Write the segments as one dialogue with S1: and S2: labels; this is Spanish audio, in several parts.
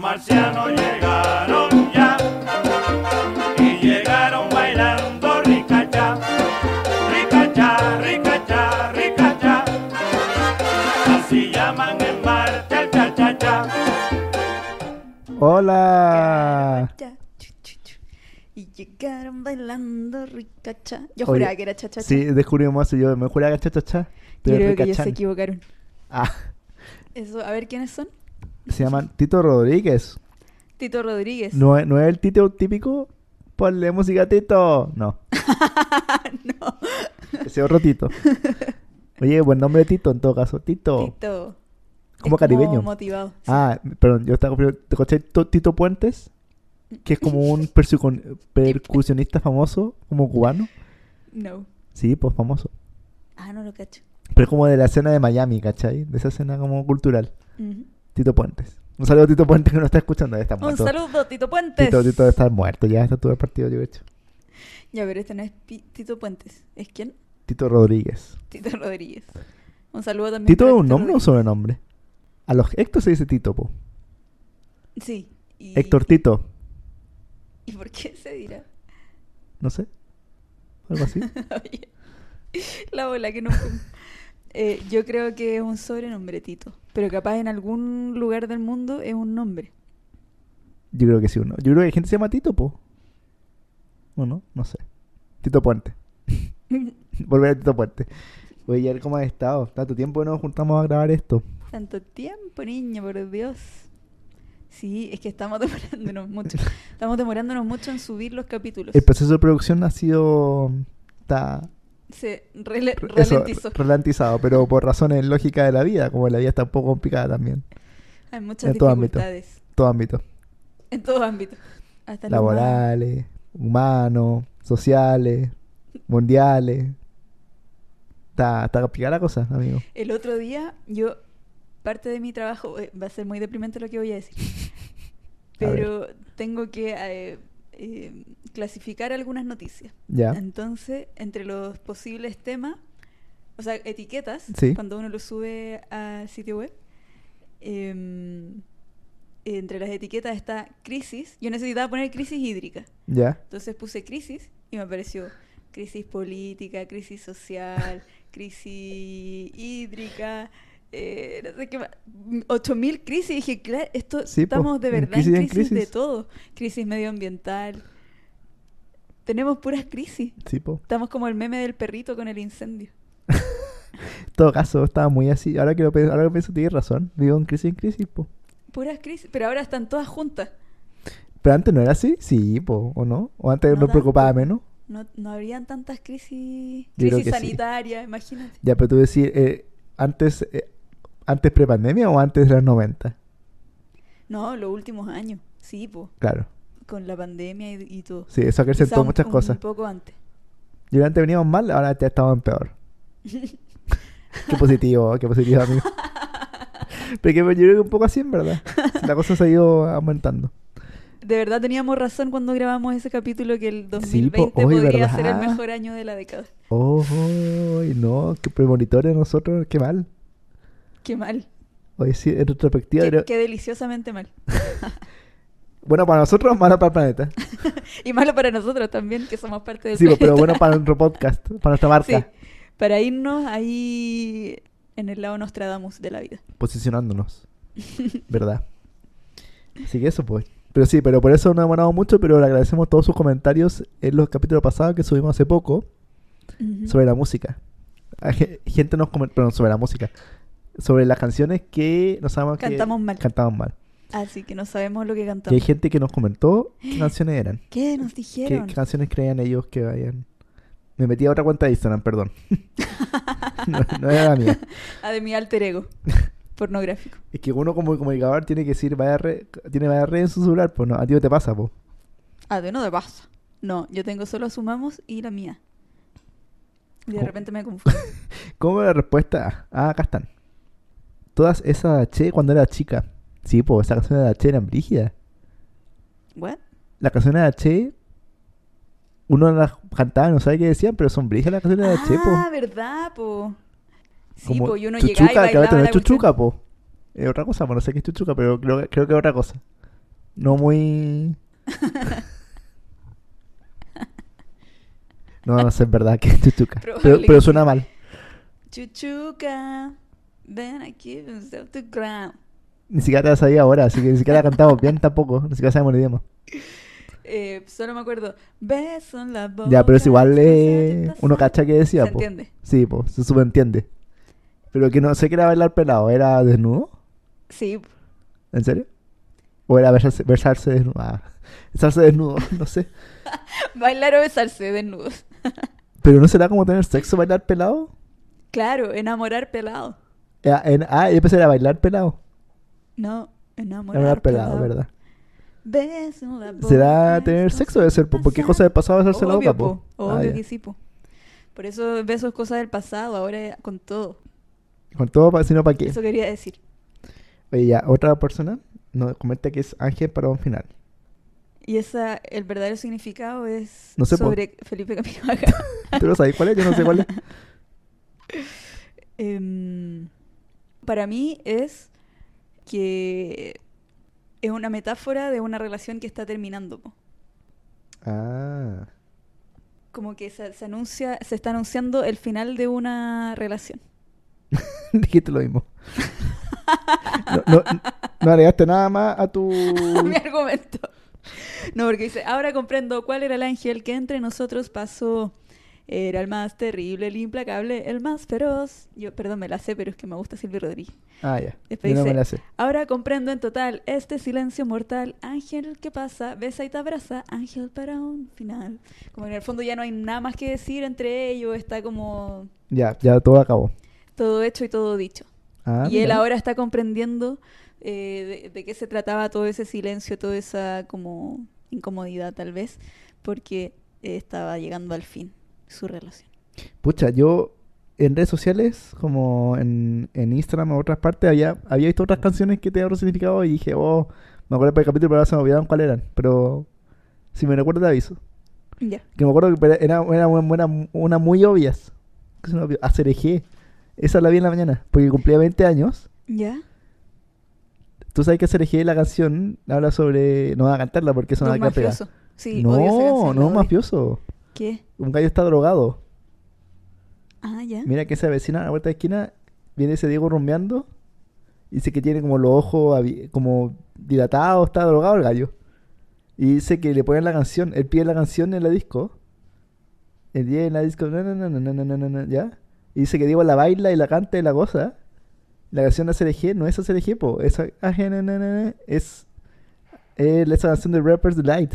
S1: marcianos llegaron ya y llegaron bailando ricacha, ricacha, ricacha, ricacha. Así llaman en marcha el cha cha cha.
S2: Hola.
S3: Cha, chu, chu, chu. Y llegaron bailando ricacha. Yo
S2: Oye,
S3: juraba que era cha cha cha.
S2: Sí, descubrimos eso. Yo me juraba que cha cha cha.
S3: Yo
S2: pero
S3: creo que ellos
S2: ricachán.
S3: se equivocaron.
S2: Ah,
S3: Eso, a ver quiénes son.
S2: se llaman Tito Rodríguez.
S3: Tito Rodríguez.
S2: No, es- no es el Tito típico. Ponle música a Tito. No,
S3: Ah, No.
S2: ese otro Tito. Oye, buen nombre de Tito en todo caso. Tito.
S3: Tito. Es
S2: Como caribeño.
S3: motivado. Sí.
S2: Ah, perdón, yo estaba confundido. ¿Te conocí Tito, Tito Puentes? Que es como un persucon- percusionista famoso, como cubano.
S3: No.
S2: Sí, pues famoso.
S3: Ah, no lo cacho.
S2: Pero es como de la escena de Miami, ¿cachai? De esa escena como cultural.
S3: Ujú.
S2: Tito Puentes. Un saludo a Tito Puentes que nos está escuchando. Ya está
S3: Un
S2: muerto.
S3: saludo, pues. Tito Puentes.
S2: Tito, Tito debe estar muerto. Ya está todo el partido, yo he hecho.
S3: Ya, pero este no es Pi- Tito Puentes. ¿Es quién?
S2: Tito Rodríguez.
S3: Tito Rodríguez. Un saludo también.
S2: ¿Tito
S3: para
S2: es un nombre o un
S3: Rodríguez.
S2: sobrenombre? A los Héctor se dice Tito, po.
S3: Sí. Y-
S2: Héctor Tito.
S3: ¿Y por qué se dirá?
S2: No sé. Algo así.
S3: Oye, La bola que no. Eh, yo creo que es un sobrenombre, Tito. Pero capaz en algún lugar del mundo es un nombre.
S2: Yo creo que sí, uno. Yo creo que hay gente que se llama Tito, po. Bueno, no sé. Tito Puente. Volver a Tito Puente. Oye, Yael, ¿cómo has estado? Tanto tiempo que nos juntamos a grabar esto.
S3: Tanto tiempo, niño, por Dios. Sí, es que estamos demorándonos mucho. Estamos demorándonos mucho en subir los capítulos.
S2: El proceso de producción ha sido. Está.
S3: Se rele-
S2: re- eso,
S3: ralentizó.
S2: re- ralentizado, pero por razones lógicas de la vida, como la vida está un poco complicada también.
S3: Hay muchas
S2: en todo ámbito.
S3: dificultades.
S2: Todo ámbito.
S3: En todo ámbito. Hasta lo más-
S2: Laborales, humanos, sociales, mundiales. Está, está complicada la cosa, amigo.
S3: El otro día, yo, parte de mi trabajo, eh, va a ser muy deprimente lo que voy a decir,
S2: A ver.
S3: pero tengo que eh, eh, clasificar algunas noticias.
S2: Ya.
S3: Entonces, entre los posibles temas, o sea, etiquetas,
S2: Sí.
S3: cuando uno lo sube al sitio web, eh, entre las etiquetas está crisis. Yo necesitaba poner crisis hídrica.
S2: Ya.
S3: Entonces puse crisis y me apareció crisis política, crisis social, crisis hídrica, eh, no sé qué más. 8000 crisis. Y dije, claro, esto
S2: Sí, po,
S3: estamos de
S2: en
S3: verdad
S2: crisis,
S3: en
S2: en
S3: crisis, de
S2: crisis.
S3: todo. Crisis medioambiental. Tenemos puras crisis.
S2: Sí, po.
S3: Estamos como el meme del perrito con el incendio.
S2: En todo caso, estaba muy así. Ahora que lo pienso, ahora que lo pienso tienes razón. Vivo en crisis en crisis, po.
S3: Puras crisis, pero ahora están todas juntas.
S2: Pero antes no era así, sí, po, ¿o no? ¿O antes
S3: No
S2: nos preocupaba
S3: tanto.
S2: menos?
S3: No, no habrían tantas crisis.
S2: Yo creo que
S3: Crisis
S2: sí.
S3: sanitaria, imagínate.
S2: Ya, pero tú decís, eh, antes, eh, antes prepandemia o antes de los 90,
S3: No, los últimos años. Sí, pues,
S2: claro.
S3: con la pandemia y, y todo.
S2: Sí, eso
S3: Quizá
S2: acrecentó
S3: un-
S2: muchas
S3: un
S2: cosas.
S3: poco antes.
S2: Yo antes veníamos mal, ahora ya estamos en peor. qué positivo, qué positivo, amigo. Pero que yo creo que un poco así, en verdad. La cosa se ha ido aumentando.
S3: De verdad teníamos razón cuando grabamos ese capítulo que el
S2: Sí,
S3: 2020
S2: po, oye,
S3: podría ser el
S2: ¿verdad?
S3: mejor año de la década.
S2: Oh, y no, qué premonitores nosotros, qué mal.
S3: Qué mal.
S2: Oye, sí, en retrospectiva...
S3: Qué,
S2: creo-
S3: qué deliciosamente mal.
S2: Bueno, para nosotros, malo para el planeta.
S3: Y malo para nosotros también, que somos parte del
S2: Sí, pues,
S3: planeta.
S2: pero bueno para nuestro podcast, para nuestra marca.
S3: Sí. Para irnos ahí en el lado Nostradamus de la vida.
S2: Posicionándonos. ¿Verdad? Así que eso, pues. Pero sí, pero por eso no hemos hablado mucho, pero le agradecemos todos sus comentarios en los capítulos pasados que subimos hace poco
S3: Ujú.
S2: sobre la música. Hay ge- Gente nos comentó, perdón, sobre la música. Sobre las canciones que no sabemos que
S3: Cantamos mal.
S2: Cantaban mal.
S3: Así que no sabemos lo
S2: Que
S3: que
S2: hay
S3: cantamos.
S2: gente que nos comentó qué canciones eran.
S3: ¿Qué nos
S2: ¿Qué,
S3: dijeron?
S2: qué canciones creían ellos que vayan? Me metí a otra cuenta de Instagram, perdón. no, no era la mía.
S3: Ah, de mi alter ego pornográfico.
S2: Es que uno como comunicador tiene que decir, vaya red, tiene vaya red en su celular, pues no, a ti no te pasa, pues.
S3: Ah, de no de pasa. No, yo tengo solo Sumamos y la mía. Y de
S2: ¿Cómo?
S3: repente me confundo.
S2: ¿Cómo era la respuesta? Ah, acá están. Todas esas Che cuando era chica. Sí, pues esa canción de Che eran brígidas.
S3: ¿What?
S2: Las canciones de Che, uno las cantaba, no sabe qué decían, pero son brígidas las canciones de
S3: ah,
S2: Che, po.
S3: verdad, po. Sí,
S2: Como
S3: po, y uno
S2: chuchuca,
S3: llegaba y
S2: que ahora
S3: bailaba
S2: no
S3: la
S2: es
S3: cuestión.
S2: chuchuca, po. Es otra cosa, po, no sé qué es chuchuca, pero creo, creo que es otra cosa. No muy. no, no sé, es verdad que es chuchuca. Pero,
S3: Probable
S2: pero
S3: que
S2: suena mal.
S3: Chuchuca, ven aquí, step to ground.
S2: Ni siquiera te la sabía ahora, así que ni siquiera la cantamos bien tampoco. Ni siquiera sabemos el idioma.
S3: Eh, solo me acuerdo, beso en la boca.
S2: Ya, pero es igual
S3: eh,
S2: eh, uno cacha que
S3: Se
S2: decía, po.
S3: entiende.
S2: Sí, po, se subentiende. Pero que no sé que era bailar pelado, ¿era desnudo?
S3: Sí,
S2: ¿En serio? ¿O era besarse, besarse desnudo? Ah, besarse desnudo, no sé.
S3: bailar o besarse desnudos.
S2: ¿Pero no será como tener sexo bailar pelado?
S3: Claro, enamorar pelado.
S2: Ah, en- ah, yo pensé era bailar pelado.
S3: No, enamorar,
S2: Era pelado, ¿verdad?
S3: Beso en la boca.
S2: ¿Será tener
S3: esto
S2: sexo? Debe ser, po, porque
S3: pasar.
S2: cosa de pasado besarse la
S3: Obvio,
S2: boca, po.
S3: po,
S2: Ah,
S3: Obvio
S2: ya.
S3: que sí, po. Por eso beso es cosa del pasado, ahora es con todo.
S2: Con todo, pa- sino para qué.
S3: Eso quería decir.
S2: Oye, ya, otra persona nos comenta que es Ángel para un final.
S3: Y esa, el verdadero significado es
S2: No sé, po.
S3: sobre Felipe Camilo Haga.
S2: ¿Tú lo sabes cuál es? Yo no sé cuál es.
S3: Em, para mí es que es una metáfora de una relación que está terminando. po.
S2: Ah.
S3: Como que se, se anuncia, se está anunciando el final de una relación.
S2: Dijiste lo mismo. No, no, no agregaste nada más a tu.
S3: Mi argumento. No, porque dice, ahora comprendo cuál era el ángel que entre nosotros pasó. Era el más terrible, el implacable, el más feroz. Yo, perdón, me la sé, pero es que me gusta Silvio Rodríguez.
S2: Ah, ya.
S3: Después
S2: Yo no me
S3: dice,
S2: la sé.
S3: Ahora comprendo en total este silencio mortal. Ángel que pasa, besa y te abraza. Ángel para un final. Como que en el fondo ya no hay nada más que decir entre ellos. Está como
S2: Ya, ya todo acabó.
S3: todo hecho y todo dicho.
S2: Ah,
S3: y él
S2: mira.
S3: ahora está comprendiendo eh, de, de qué se trataba todo ese silencio, toda esa como incomodidad tal vez, porque eh, estaba llegando al fin su relación.
S2: Pucha, yo en redes sociales, como en, en Instagram o otras partes, había, había visto otras canciones que te otro significado y dije, oh, me acuerdo para el capítulo, pero ahora se me olvidaron cuáles eran. Pero si me recuerdo, te aviso.
S3: Ya.
S2: Que me acuerdo que era, era una, una- una muy obvias. Que se me olvidó. Hacer eje. Esa la vi en la mañana, porque cumplía 20 años.
S3: ¿Ya?
S2: Tú sabes que Sergio la canción habla sobre. No va a cantarla porque eso no
S3: Don
S2: va a quedar
S3: mafioso.
S2: pegada.
S3: Sí,
S2: no,
S3: odio esa canción, la
S2: no
S3: odio.
S2: mafioso.
S3: ¿Qué?
S2: Un gallo está drogado.
S3: Ah, ya.
S2: Mira que esa vecina a la vuelta de esquina viene ese Diego rumbeando. Dice que tiene como los ojos abi- como dilatados, está drogado el gallo. Y dice que le ponen la canción, él pide la canción en la disco. El día en la disco, no, no, no, no, no, no, no, no, no, ya. Y dice que Diego la baila y la canta y la goza. La canción de ACLG no es ACLG, po. Esa, ah, je, na, na, na, na, es es esa canción de Rapper's Delight.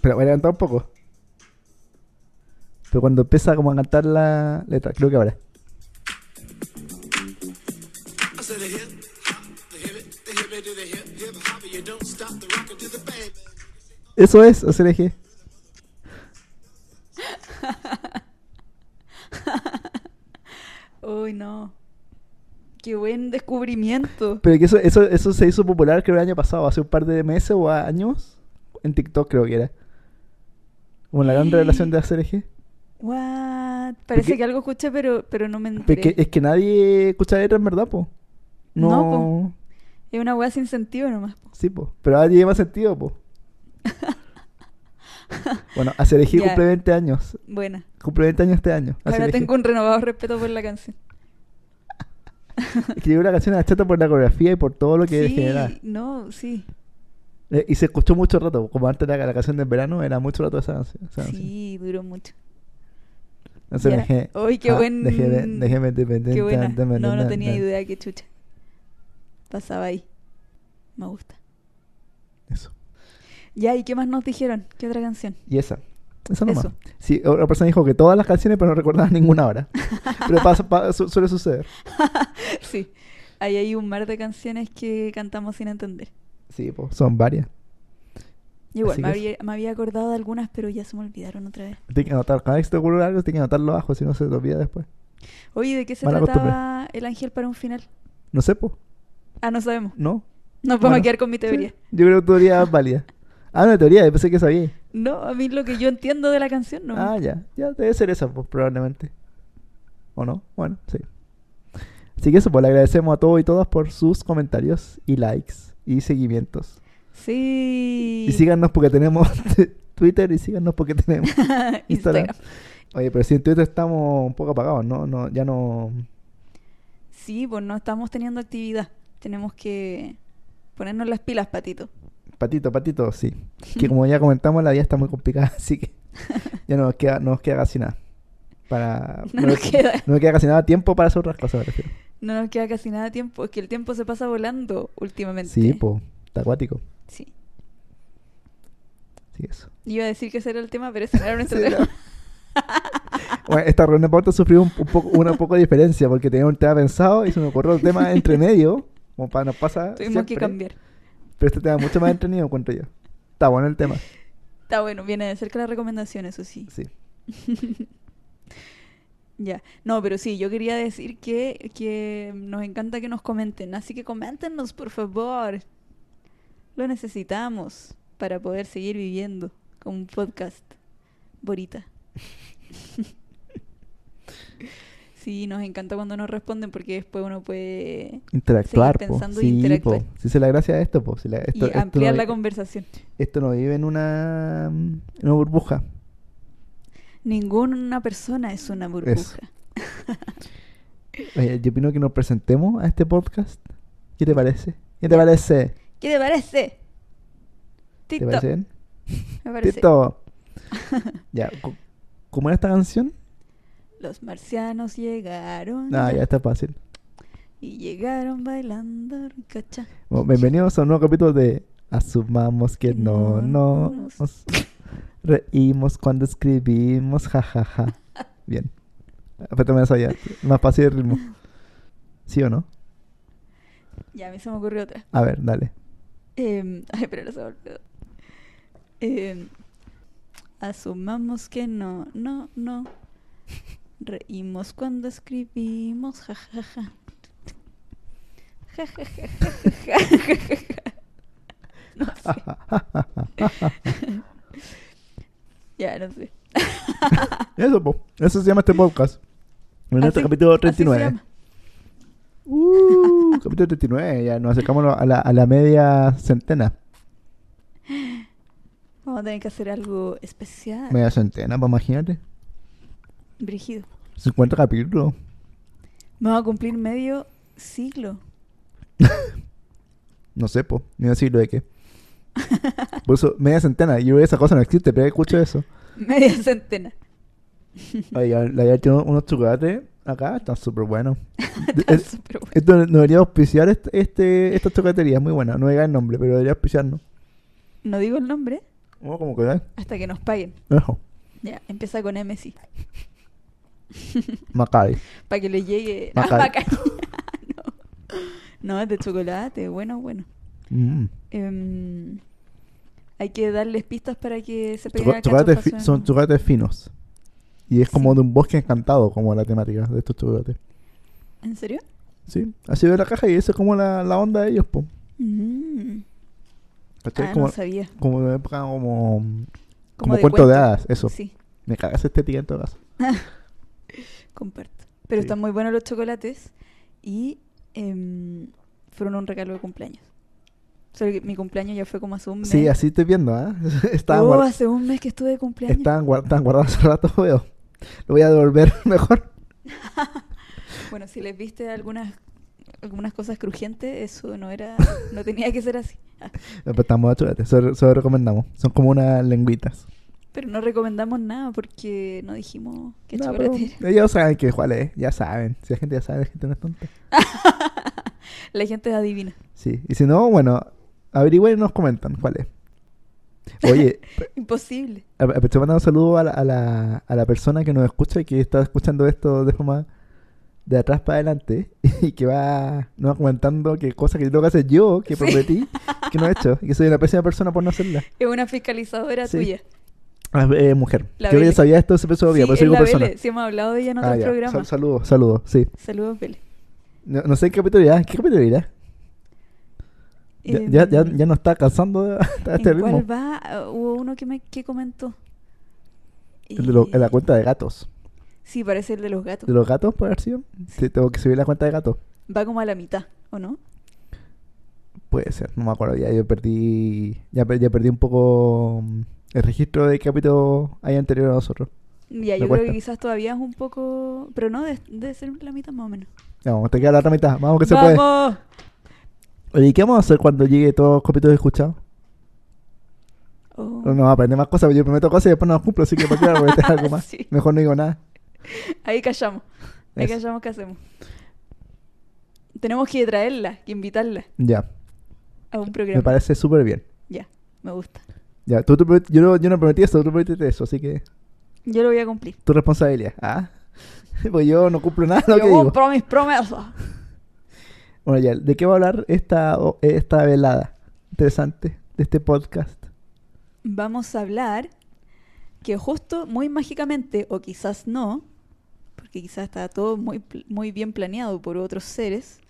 S2: Pero voy a levantar un poco. Pero cuando empieza como a cantar la letra, creo que ahora.
S4: I said the hip hop, the hip, the hip to the hip, hip hop, you don't stop the rocker to the bang.
S2: Eso es, hacer eje.
S3: Uy, no. Qué buen descubrimiento.
S2: Pero que eso, eso, eso se hizo popular creo el año pasado, hace un par de meses o años. En TikTok creo que era. Como la gran revelación de hacer eje.
S3: What? Parece
S2: Porque-
S3: que algo escuché, pero, pero no me enteré.
S2: Porque es que nadie escucha letras en verdad, po. No,
S3: No, po. Es una weá sin sentido nomás. po.
S2: Sí, po. Pero ahora tiene más sentido, po. bueno, Acerejí
S3: Ya.
S2: cumple 20 años.
S3: Buena.
S2: Cumple 20 años este año.
S3: Ahora
S2: Acerejí.
S3: tengo un renovado respeto por la canción.
S2: Escribió la canción a la chata por la coreografía y por todo lo que
S3: sí,
S2: generaba.
S3: no, sí.
S2: Eh, Y se escuchó mucho rato. Como antes la, la canción del verano, era mucho rato esa canción. esa canción.
S3: Sí, duró mucho.
S2: Entonces
S3: Ya.
S2: dejé.
S3: Uy, qué buen-
S2: Dejé, de- déjeme de- de-
S3: Qué buena.
S2: de- de-
S3: No, no
S2: de-
S3: tenía
S2: de-
S3: idea que chucha. Pasaba ahí. Me gusta.
S2: Eso.
S3: Ya, ¿y qué más nos dijeron? ¿Qué otra canción?
S2: Y esa. Esa nomás.
S3: Eso.
S2: Sí, otra persona dijo que todas las canciones, pero no recordaba ninguna ahora. pero pasa, pa- su- suele suceder.
S3: sí. Ahí hay un mar de canciones que cantamos sin entender.
S2: Sí, po, son varias.
S3: Yo Igual,
S2: Así que
S3: me había, me había acordado de algunas, pero ya se me olvidaron otra vez.
S2: Tienes que anotar, cada vez que te ocurre algo, tienes que anotarlo abajo, si no se te olvida después.
S3: Oye, ¿de qué se
S2: Mala costumbre.
S3: trataba el ángel para un final?
S2: No sé, po.
S3: Ah, no sabemos.
S2: ¿No?
S3: Nos vamos a
S2: Mm, Bueno,
S3: quedar con mi
S2: Sí,
S3: teoría.
S2: yo creo que tu teoría es válida. Ah, una teoría, yo pensé que sabía.
S3: No, a mí lo que yo entiendo de la canción no.
S2: Ah, ya. Ya debe ser esa, pues, probablemente. ¿O no? Bueno, sí. Así que eso, pues le agradecemos a todos y todas por sus comentarios y likes y seguimientos.
S3: Sí.
S2: Y síganos porque tenemos Twitter y síganos porque tenemos
S3: Instagram.
S2: Instagram. Oye, pero si en Twitter estamos un poco apagados, ¿no? no ya no...
S3: Sí, pues no estamos teniendo actividad. Tenemos que ponernos las pilas, patito.
S2: Patito, patito, sí. Que como ya comentamos, la vida está muy complicada, así que ya no nos queda, no nos queda casi nada. Para,
S3: No nos queda.
S2: no nos queda casi nada tiempo para hacer otras cosas, me refiero.
S3: No nos queda casi nada de tiempo. Es que el tiempo se pasa volando últimamente.
S2: Sí, pues, está acuático.
S3: Sí.
S2: Sí, eso.
S3: Iba a decir que ese era el tema, pero ese no era nuestro
S2: Sí,
S3: tema.
S2: Bueno, esta reunión de pauta sufrió un, un poco, una poco de diferencia porque tenía un tema pensado y se me ocurrió el tema entre medio, como para nos pasa.
S3: Tuvimos
S2: siempre,
S3: que cambiar.
S2: Pero este tema es mucho más entretenido, encuentro yo. Está bueno el tema,
S3: Está bueno, viene de cerca la recomendación, eso sí.
S2: sí.
S3: Ya. No, pero sí, yo quería decir que, que nos encanta que nos comenten. Así que coméntenos, por favor. Lo necesitamos para poder seguir viviendo con un podcast. Borita. sí, nos encanta cuando nos responden porque después uno puede
S2: Interactuar,
S3: Seguir
S2: po.
S3: pensando y
S2: Sí, po.
S3: interactuar.
S2: Sí, se la gracia de esto, po. Si la- esto-
S3: y
S2: esto no
S3: ampliar la
S2: vi-
S3: conversación.
S2: esto no vive en una, en una burbuja.
S3: Ninguna persona es una burbuja.
S2: Oye, yo opino que nos presentemos a este podcast. ¿Qué te parece? ¿Qué te parece?
S3: ¿Qué te parece? Tito.
S2: ¿Te parece bien?
S3: Me parece.
S2: Tito. ya, cu- ¿cómo era esta canción?
S3: Los marcianos llegaron.
S2: No,
S3: ya.
S2: ya está fácil.
S3: Y llegaron bailando, ricacha.
S2: Bueno, bienvenidos a un nuevo capítulo de Asumamos que no, no
S3: No nos-
S2: nos reímos cuando escribimos, jajaja. Bien. Aparte me la sabía. Más fácil el ritmo. ¿Sí o no?
S3: Ya, a mí se me ocurrió otra.
S2: A ver, dale.
S3: Em, ay, pero no se me olvidó. Em, asumamos que no, no, no. Reímos cuando escribimos, jajaja. Ja, ja, ja, ja, ja, ja, ja, ja, ja. No
S2: Ah.
S3: sé. Ya, no sé.
S2: Eso, po. Eso se llama este podcast. En este
S3: Así-
S2: capítulo
S3: así se
S2: 39.
S3: llama.
S2: Uh, capítulo 39, ya nos acercamos a la, a la media centena.
S3: Vamos a tener que hacer algo especial.
S2: Media centena, pues imagínate.
S3: Brígido.
S2: 50 capítulos.
S3: Vamos a cumplir medio siglo.
S2: No sé, po. Medio siglo de qué. Por eso, media centena. Yo creo que esa cosa no existe, pero escucho eso.
S3: Media centena.
S2: Oye, ya- la verdad tiene unos chocolates acá, están súper buenos.
S3: Está
S2: Es-
S3: súper bueno.
S2: Esto nos debería auspiciar este, este, esta chocolatería, es muy buena. No me diga el nombre, pero debería auspiciarnos.
S3: No digo el nombre
S2: Oh, como que ¿eh?
S3: hasta que nos paguen.
S2: Ojo,
S3: Ya, empieza con M, sí.
S2: Macay.
S3: Para que le llegue. No,
S2: Macal.
S3: Macal. no. No, es de chocolate. Bueno, bueno.
S2: Mm.
S3: Em, hay que darles pistas para que se peguen
S2: Choco-
S3: al
S2: chocolates
S3: cachofazo,
S2: fi-
S3: ¿no?
S2: son chocolates finos. Y es como
S3: Sí.
S2: de un bosque encantado, como la temática de estos chocolates.
S3: ¿En serio?
S2: Sí, así veo la caja y eso es como la, la onda de ellos, po.
S3: Mm.
S2: ¿Cachai?
S3: Ah,
S2: como,
S3: no sabía.
S2: como de una época como... Como
S3: de
S2: cuento de hadas, eso.
S3: Sí,
S2: Me cagas estética en todo caso.
S3: comparto. Pero
S2: Sí.
S3: están muy buenos los chocolates y em, fueron un regalo de cumpleaños. Solo que mi cumpleaños ya fue como hace un mes.
S2: Sí, así estoy viendo, ¿ah? Estaban,
S3: Oh,
S2: guar-
S3: hace un mes que estuve de cumpleaños.
S2: estaban guar- estaban guardados hace rato, veo. Lo voy a devolver mejor.
S3: Bueno, si les viste algunas algunas cosas crujientes, eso no era no tenía que ser así. Ah,
S2: No, Pero están buenos chocolates, se lo- se lo recomendamos. Son como unas lengüitas.
S3: Pero no recomendamos nada porque no dijimos que
S2: No, pero
S3: chocolate era.
S2: ellos saben que cuál es, ya saben. Si la gente ya sabe, la gente no es tonta.
S3: La gente adivina.
S2: Sí, y si no, bueno, averigüen y nos comentan cuál es. Oye,
S3: Imposible.
S2: a- a- te mando un saludo a la, a, la, a la persona que nos escucha y que está escuchando esto de forma de atrás para adelante y que va, no va comentando que cosas que tengo que hacer yo, que
S3: Sí.
S2: prometí, que no he hecho, y que soy una pésima persona por no hacerla.
S3: Es una fiscalizadora
S2: Sí.
S3: tuya.
S2: Ah, eh, mujer.
S3: La
S2: Creo que
S3: Vele.
S2: ya sabía esto, se empezó a obviar, pero
S3: sí,
S2: soy
S3: es
S2: una
S3: la
S2: persona.
S3: Vele. Sí, hemos hablado de ella en otros
S2: Ah, ya. Sal-
S3: programas.
S2: saludos, saludos, sí.
S3: Saludos, Vele.
S2: No, no sé en qué capítulo irá, ¿en qué capítulo irá? Ya,
S3: Eh,
S2: ya, ya, ya no está cansando de- a este
S3: ¿en
S2: ritmo.
S3: cuál va? Ah, Hubo uno que me que comentó.
S2: El de lo-
S3: Eh,
S2: la cuenta de gatos.
S3: Sí, parece el de los gatos.
S2: ¿De los gatos puede haber sido? Sí, tengo que subir la cuenta de gatos.
S3: Va como a la mitad, ¿o no?
S2: Puede ser, no me acuerdo. Ya yo perdí. Ya, per- ya perdí un poco mm, el registro del capítulo ahí anterior a nosotros.
S3: Ya,
S2: Me
S3: yo creo
S2: cuesta.
S3: que quizás todavía es un poco... Pero no, de- debe ser la mitad más o menos.
S2: Ya, Vamos, te queda la otra mitad. Vamos que se puede.
S3: ¡Vamos!
S2: Oye, ¿y ¿qué vamos a hacer cuando llegue todos los capítulos escuchados?
S3: Oh.
S2: No, no, aprender más cosas. Yo prometo cosas y después no las cumplo, así que para qué voy a meter algo más.
S3: Sí.
S2: Mejor no digo nada.
S3: Ahí callamos. Ahí
S2: Eso.
S3: callamos qué hacemos. Tenemos que traerla, que invitarla
S2: Ya,
S3: a un
S2: me
S3: programa.
S2: parece súper bien.
S3: Ya, me gusta.
S2: Ya, tú, te promet- yo, no, yo no prometí eso, tú prometiste eso, así que
S3: Yo lo voy a cumplir.
S2: tu responsabilidad. Ah, pues yo no cumplo nada de lo
S3: yo
S2: que digo.
S3: cumplo mis promesas.
S2: Bueno, ya, ¿de qué va a hablar esta, o- esta velada interesante de este podcast?
S3: Vamos a hablar que justo, muy mágicamente, o quizás no, porque quizás está todo muy, pl- muy bien planeado por otros seres,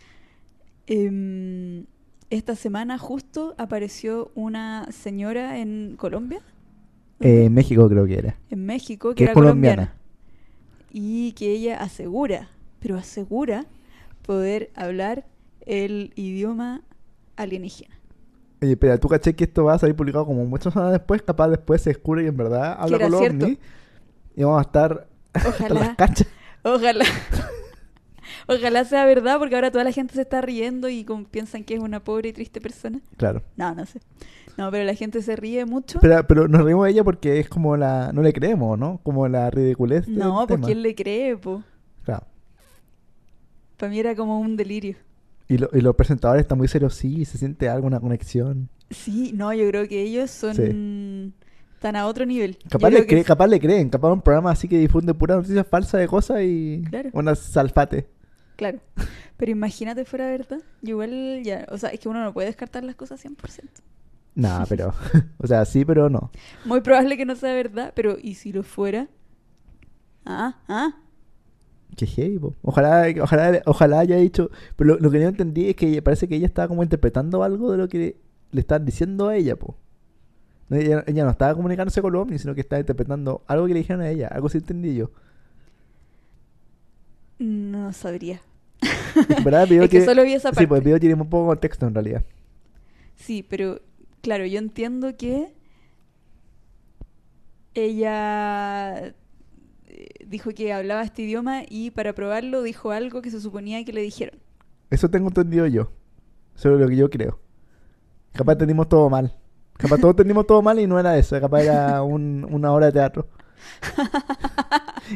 S3: em, esta semana justo apareció una señora en Colombia,
S2: Eh, México creo que era.
S3: en México, que,
S2: Que
S3: era
S2: es colombiana.
S3: colombiana. y que ella asegura, pero asegura poder hablar el idioma alienígena.
S2: Oye, espera, tú caché que esto va a salir publicado como muchas semanas después, capaz después se descubre que en verdad habla
S3: era
S2: con los
S3: cierto.
S2: ovnis y vamos a estar hasta
S3: Ojalá.
S2: las cachas.
S3: Ojalá. Ojalá sea verdad, porque ahora toda la gente se está riendo y como piensan que es una pobre y triste persona.
S2: Claro.
S3: No, no sé. No, pero la gente se ríe mucho.
S2: Espera, pero nos reímos de ella porque es como la... No le creemos, ¿no? Como la ridiculez del
S3: no, pues
S2: este tema.
S3: ¿quién le cree, po?
S2: Claro.
S3: Para mí era como un delirio.
S2: Y, lo- y los presentadores están muy serios, sí, se siente algo, una conexión.
S3: Sí, no, yo creo que ellos son... Están a otro nivel. Yo
S2: Capaz
S3: creo
S2: le,
S3: que
S2: cree-
S3: sí.
S2: capaz le creen, capaz un programa así que difunde pura noticias falsas de cosas y
S3: Claro.
S2: una salfate.
S3: Claro. Pero imagínate fuera verdad. Yo igual ya... O sea, es que uno no puede descartar las cosas 100%.
S2: Nah, pero. o sea, sí, pero no.
S3: Muy probable que no sea verdad, pero ¿y si lo fuera? Ah, ah.
S2: Qué heavy, po. Ojalá, ojalá, ojalá haya dicho. Pero lo, lo que no entendí es que ella- parece que ella estaba como interpretando algo de lo que le estaban diciendo a ella, po. No, Ella, ella no estaba comunicándose con los ovnis, sino que estaba interpretando algo que le dijeron a ella. Algo sí entendí yo.
S3: No sabría.
S2: Es que, en verdad, el video
S3: Es que
S2: tiene-
S3: solo vi esa
S2: Sí, pues el
S3: parte.
S2: video tiene un poco de contexto en realidad.
S3: Sí, pero claro, yo entiendo que ella eh, dijo que hablaba este idioma y para probarlo dijo algo que se suponía que le dijeron.
S2: Eso tengo entendido yo. Sobre lo que yo creo. Capaz entendimos todo mal. Capaz todos entendimos todo mal y no era eso. Capaz era un- una obra de teatro.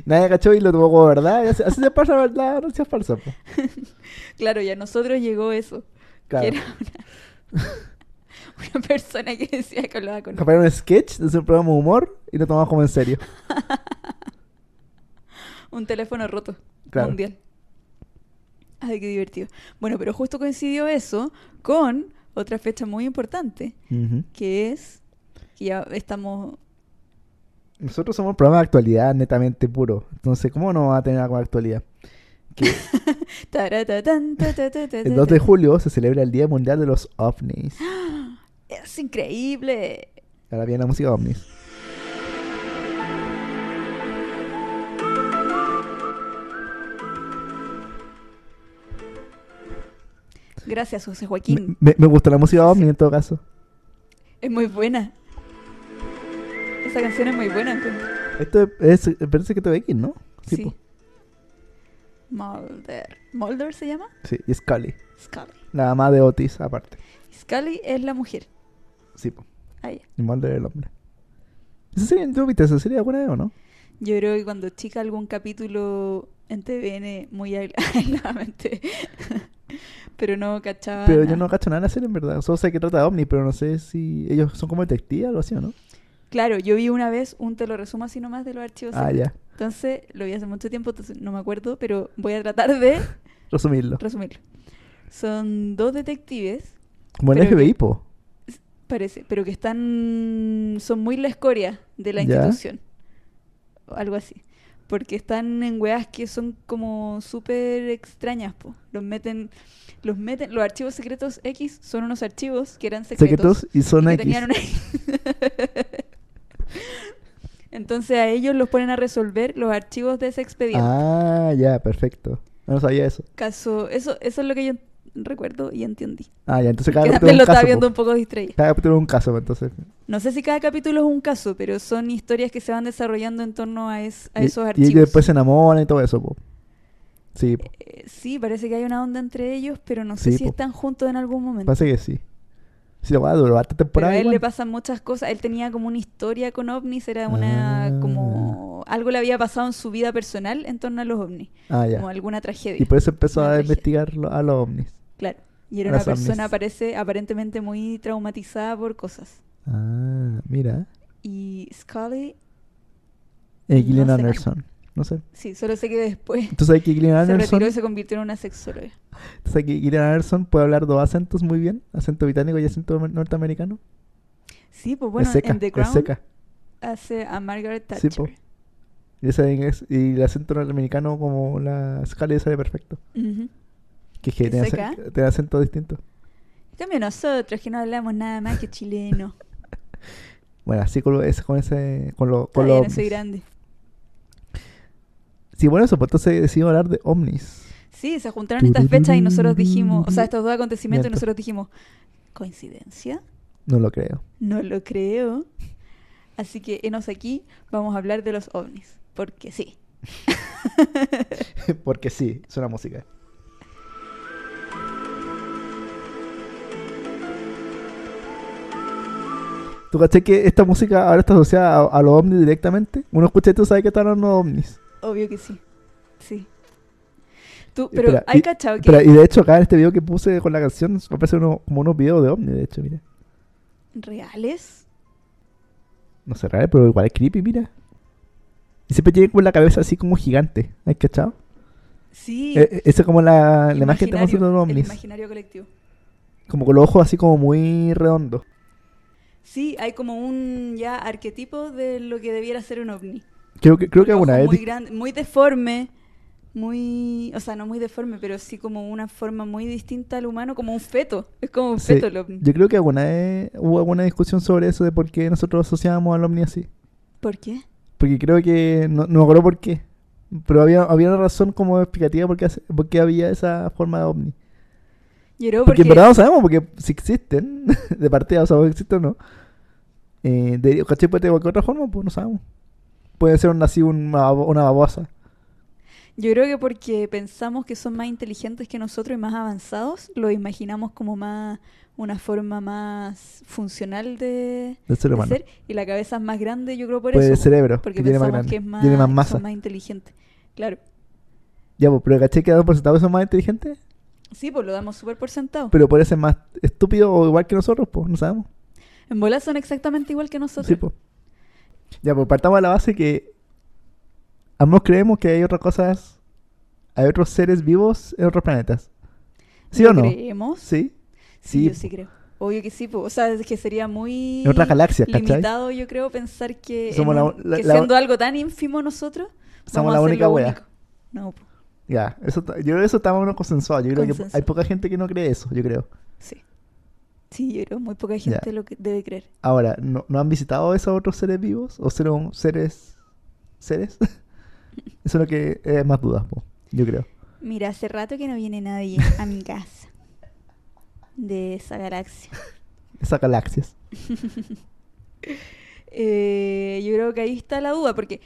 S2: Nadie cachó y lo tomó como verdad. y Así, así se pasa, ¿verdad? No seas falso. po.
S3: Claro, y a nosotros llegó eso,
S2: Claro.
S3: que era una, una persona que decía que hablaba con...
S2: Capaz era un sketch de un programa de humor y lo tomamos como en serio.
S3: Un teléfono roto.
S2: Claro.
S3: Mundial. Ay, qué divertido. Bueno, pero justo coincidió eso con otra fecha muy importante,
S2: Ujú.
S3: que es que ya estamos
S2: Nosotros somos un programa de actualidad netamente puro. Entonces, ¿cómo no va a tener algo de actualidad?
S3: Taratatán, tatatatatá.
S2: El 2 de julio se celebra el Día Mundial de los OVNIs.
S3: Es increíble.
S2: Ahora viene la música OVNIs.
S3: Gracias, José
S2: Me,
S3: Joaquín.
S2: me- me gusta la música OVNI en todo caso.
S3: Es muy buena. Esa canción es muy buena. encuentro.
S2: Esto es, eh, parece que te ve aquí, ¿no?
S3: Sí.
S2: po.
S3: Mulder. ¿Mulder se llama?
S2: Sí, y Scully.
S3: Scully.
S2: La mamá de Otis, aparte.
S3: Scully es la mujer.
S2: Sí, po.
S3: Ah, ya.
S2: Y Mulder el hombre. ¿Esa serie, ¿Tú viste esa serie alguna vez o no?
S3: Yo creo que cuando chica algún capítulo en TVN muy aisladamente. Pero Ah, no cachaba.
S2: pero
S3: nada.
S2: yo no cacho nada de la serie, en verdad. Solo sé que trata de ovnis, pero no sé si ellos son como detectives o algo así, ¿o no?
S3: Claro, yo vi una vez un te lo resumo así nomás de los archivos.
S2: Ah,
S3: secretos.
S2: ya.
S3: Entonces, lo vi hace mucho tiempo, entonces no me acuerdo, pero voy a tratar de
S2: Resumirlo.
S3: resumirlo. Son dos detectives,
S2: Como en
S3: Pero
S2: FBI, po.
S3: parece, pero que están. son muy la escoria de la
S2: Ya.
S3: institución. O algo así. Porque están en weas que son como súper extrañas, po. Los meten. Los meten. Los archivos secretos X son unos archivos que eran secretos.
S2: Secretos y son
S3: que
S2: X.
S3: tenían una hija. Entonces a ellos los ponen a resolver los archivos de ese expediente.
S2: Ah, ya, perfecto. No sabía eso.
S3: Caso, eso, eso es lo que yo recuerdo y entendí.
S2: Ah, ya, entonces cada
S3: Que
S2: capítulo es un
S3: también lo
S2: caso.
S3: estaba viendo
S2: po.
S3: un poco distraída.
S2: Cada capítulo es un caso, entonces.
S3: No sé si cada capítulo es un caso, pero son historias que se van desarrollando en torno a, es- a
S2: Y-
S3: esos
S2: y,
S3: archivos.
S2: ellos después se enamoran y todo eso, po. Sí, po.
S3: Eh, sí, parece que hay una onda entre ellos, pero no sé
S2: Sí,
S3: si
S2: po.
S3: están juntos en algún momento.
S2: parece que sí. Si la weá duró harta
S3: Pero
S2: temporada.
S3: a él
S2: igual.
S3: le pasan muchas cosas. Él tenía como una historia con ovnis, era una
S2: Ah.
S3: como algo le había pasado en su vida personal en torno a los ovnis,
S2: Ah,
S3: como
S2: ya.
S3: alguna tragedia.
S2: Y por eso empezó
S3: Una
S2: a
S3: tragedia.
S2: investigar lo- a los ovnis.
S3: Claro. Y era
S2: a
S3: una
S2: las ovnis.
S3: persona parece aparentemente muy traumatizada por cosas.
S2: Ah, mira.
S3: Y Scully,
S2: Eh,
S3: No
S2: Gillian
S3: sé.
S2: Anderson. No sé.
S3: sí, solo sé que después
S2: Tú sabes que Gillian
S3: se
S2: Anderson.
S3: retiró y se convirtió en una sexóloga.
S2: Tú sabes que Gillian Anderson puede hablar dos acentos muy bien: acento británico y acento amer- norteamericano.
S3: Sí, pues bueno,
S2: es seca.
S3: en The
S2: es
S3: Crown
S2: seca.
S3: hace a Margaret
S2: Sí,
S3: Thatcher.
S2: po. Y, esa en inglés- y el acento norteamericano, como la Scully, sale perfecto.
S3: Ujú.
S2: Que es que
S3: ¿Es
S2: tiene,
S3: seca?
S2: acen- tiene acento distinto.
S3: En cambio nosotros, que no hablamos nada más que chileno.
S2: Bueno, así con, lo- ese- con ese. Con, lo, con
S3: Todavía
S2: los
S3: no soy
S2: ovnis.
S3: grande.
S2: Sí, bueno, eso, pues entonces decidimos hablar de ovnis.
S3: Sí, se juntaron estas fechas y nosotros dijimos, o sea, estos dos acontecimientos y
S2: Miento.
S3: nosotros dijimos, ¿coincidencia?
S2: No lo creo.
S3: No lo creo. Así que enos aquí, vamos a hablar de los ovnis, porque sí.
S2: Porque sí, suena música. ¿Tú caché que esta música ahora está asociada a, a los ovnis directamente? Uno escucha esto y sabe que están hablando de ovnis.
S3: Obvio que sí. Sí. Tú,
S2: Y
S3: pero
S2: espera,
S3: hay
S2: y-
S3: cachado que
S2: Pero, y de hecho, acá en este video que puse con la canción, aparecen uno, como unos videos de ovnis, de hecho, mira.
S3: reales.
S2: No sé, raro, pero igual es creepy, mira. Y siempre tiene como la cabeza así como gigante. ¿Has cachado?
S3: Sí.
S2: Eh, eh, esa es como la, la imagen que
S3: imaginario,
S2: tenemos de los
S3: el
S2: ovnis.
S3: imaginario colectivo.
S2: Como con los ojos así como muy redondos.
S3: Sí, hay como un ya arquetipo de lo que debiera ser un ovni.
S2: Creo que, creo que
S3: Ojo
S2: alguna vez
S3: muy grande, muy deforme, muy, o sea, no muy deforme, pero sí como una forma muy distinta al humano, como un feto. Es como un
S2: Sí,
S3: feto el ovni.
S2: Yo creo que alguna vez hubo alguna discusión sobre eso de por qué nosotros asociábamos al ovni así.
S3: ¿Por qué?
S2: Porque creo que no, no me acuerdo por qué. Pero había, había una razón como explicativa por qué, hace- por qué había esa forma de ovni.
S3: Yo creo
S2: Porque
S3: porque,
S2: en verdad no sabemos porque si existen, de partida, o sea, si existen o no. Eh, de, ¿Cachai? Puede ser de cualquier otra forma, pues no sabemos. Puede ser una, así una, babo- una babosa.
S3: yo creo que porque pensamos que son más inteligentes que nosotros y más avanzados, lo imaginamos como más una forma más funcional de,
S2: del ser
S3: de
S2: humano.
S3: ser y la cabeza es más grande, yo creo por
S2: Puede
S3: eso.
S2: el cerebro,
S3: porque
S2: que tiene más,
S3: pensamos
S2: grande,
S3: que es más,
S2: tiene más
S3: que
S2: masa.
S3: son más inteligentes. Claro.
S2: Ya, pues, pero ¿cachai que dan por sentado que son más inteligentes?
S3: Sí, pues lo damos súper por sentado.
S2: Pero puede ser más estúpido o igual que nosotros, pues, no sabemos.
S3: en bolas son exactamente igual que nosotros.
S2: Sí, po. Ya, pues partamos de la base que ambos creemos que hay otras cosas, hay otros seres vivos en otros planetas. ¿Sí
S3: ¿Lo
S2: o no?
S3: creemos?
S2: Sí.
S3: Sí,
S2: Sí.
S3: yo sí creo. Obvio que sí, po. o sea, es que sería muy
S2: En otras galaxias, ¿cachai?
S3: limitado, yo creo, pensar que, en
S2: Somos la-
S3: un-
S2: la-
S3: que
S2: la-
S3: siendo algo tan ínfimo nosotros,
S2: Somos
S3: vamos a
S2: la
S3: ser
S2: única
S3: lo
S2: wea.
S3: único. No, po.
S2: Ya, eso, ta- yo creo que eso está más o menos consensuado. Yo creo que
S3: Consensuado.
S2: hay poca gente que no cree eso, yo creo.
S3: sí. Sí, yo creo muy poca gente lo que debe creer.
S2: Ahora, ¿no, no han visitado esos otros seres vivos? ¿O ser un- seres... seres? eso es lo que es más dudas, po, yo creo.
S3: Mira, hace rato que no viene nadie a mi casa de esa galaxia.
S2: Esas galaxias.
S3: Eh, yo creo que ahí está la duda, porque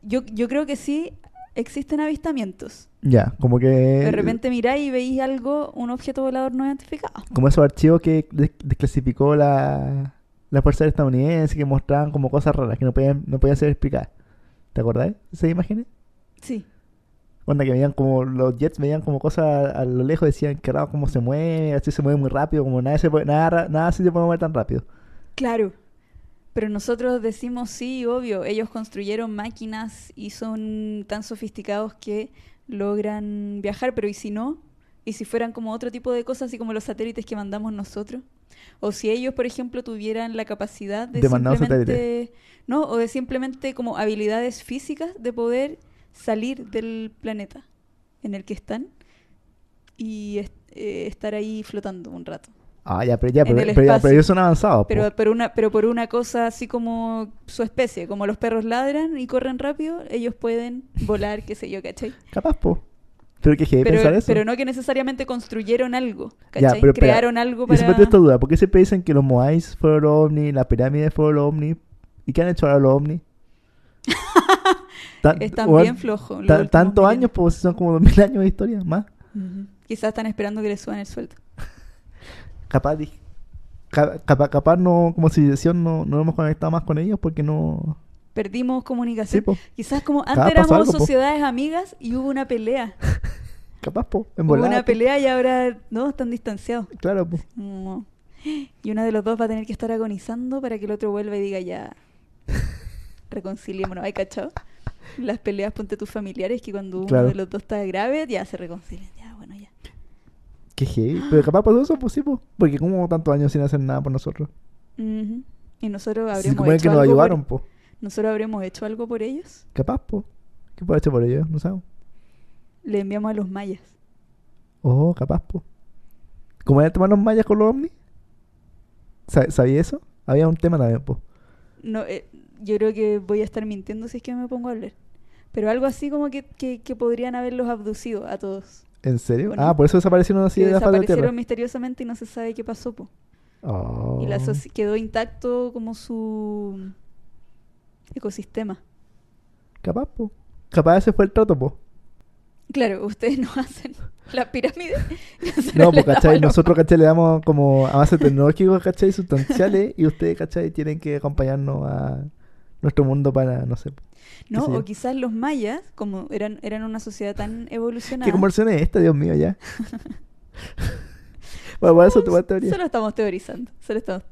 S3: yo, yo creo que sí existen avistamientos.
S2: Ya, como que...
S3: De repente miráis y veis algo, un objeto volador no identificado.
S2: como esos archivos que des- desclasificó la, la Fuerza Aérea Estadounidense que mostraban como cosas raras que no podían, no podían ser explicadas. ¿Te acordás? ¿Esas imágenes?
S3: Sí.
S2: Cuando que veían como los jets veían como cosas a, a lo lejos, decían que raro cómo se mueve, así se mueve muy rápido, como nada se puede, nada, ra- nada así se puede mover tan rápido.
S3: Claro. Pero nosotros decimos sí, obvio. Ellos construyeron máquinas y son tan sofisticados que logran viajar, pero ¿y si no? ¿Y si fueran como otro tipo de cosas, así como los satélites que mandamos nosotros? O si ellos, por ejemplo, tuvieran la capacidad de,
S2: De mandar un
S3: simplemente-
S2: satélite.
S3: No, o de simplemente como habilidades físicas de poder salir del planeta en el que están y est- eh, estar ahí flotando un rato.
S2: Ah, ya, pero ya,
S3: En
S2: pero, pero
S3: el
S2: ya,
S3: espacio.
S2: pero ellos son avanzados. po.
S3: Pero, pero, una, pero por una cosa así como su especie, como los perros ladran y corren rápido, ellos pueden volar, qué sé yo, ¿cachai?
S2: Capaz, po. Pero que heavy Eh, pensar
S3: Pero,
S2: eso.
S3: pero no que necesariamente construyeron algo,
S2: Ya,
S3: ¿cachai?
S2: pero espera,
S3: Crearon algo
S2: Yo
S3: para...
S2: siempre tengo esta duda. ¿Por qué siempre dicen que los Moais fueron los ovnis, las pirámides fueron los ovnis? ¿Y qué han hecho ahora los ovnis? Tan-
S3: Están
S2: weón,
S3: bien flojos. los
S2: ta-
S3: últimos
S2: Tantos
S3: milenios.
S2: años, pues son como dos mil años de historia, más.
S3: Ujú. Quizás están esperando que les suban el sueldo.
S2: Capaz, di- ca- capaz, capaz no, como civilización no, no hemos conectado más con ellos porque no...
S3: Perdimos
S2: Sí,
S3: comunicación.
S2: po.
S3: Quizás como
S2: Capaz
S3: antes
S2: pasó
S3: éramos
S2: algo, po.
S3: sociedades amigas y hubo una pelea.
S2: Capaz, po. En
S3: Hubo
S2: volada,
S3: una
S2: po.
S3: pelea y ahora no, están distanciados.
S2: Claro, po.
S3: No. Y uno de los dos va a tener que estar agonizando para que el otro vuelva y diga ya, reconciliémonos. ¿Hay cachado? Las peleas ponte tus familiares que cuando uno
S2: Claro.
S3: de los dos está grave ya se reconcilian. Ya, bueno, ya.
S2: Qué heavy. Pero capaz pasó eso, pues sí, po. Porque como tantos años sin hacer nada por nosotros.
S3: Ujú. Y nosotros
S2: Se
S3: habremos
S2: supone
S3: hecho
S2: que nos
S3: algo por-
S2: ayudaron, po.
S3: Nosotros habremos hecho algo por ellos.
S2: Capaz, po. ¿Qué puede hacer por ellos? No sabemos.
S3: Le enviamos a los mayas.
S2: Oh, capaz, po. ¿Cómo era el tema de los mayas con los ovnis? ¿Sa- ¿Sabía eso? Había un tema también, po.
S3: No, eh, yo creo que voy a estar mintiendo si es que me pongo a hablar. Pero algo así como que, que, que podrían haberlos abducido a todos.
S2: ¿En serio?
S3: Bueno,
S2: Ah, por eso desaparecieron así
S3: que
S2: de la faz de la tierra.
S3: desaparecieron misteriosamente y no se sabe qué pasó, po.
S2: Oh.
S3: Y la soci- quedó intacto como su ecosistema.
S2: Capaz, po. Capaz ese fue el trato, po.
S3: Claro, ustedes no hacen las pirámides. nosotros
S2: No,
S3: le
S2: pues, ¿cachai?
S3: damos los-
S2: Nosotros, ¿cachai? Le damos como avances tecnológicos, ¿cachai? Sustanciales. y ustedes, ¿cachai? Tienen que acompañarnos a nuestro mundo para, no sé. po.
S3: No,
S2: sé yo.
S3: o quizás los mayas, como eran, eran una sociedad tan evolucionada.
S2: ¿Qué conversión es esta, Dios mío, ya? bueno, por eso te voy a teoría.
S3: Solo estamos teorizando. Solo estamos.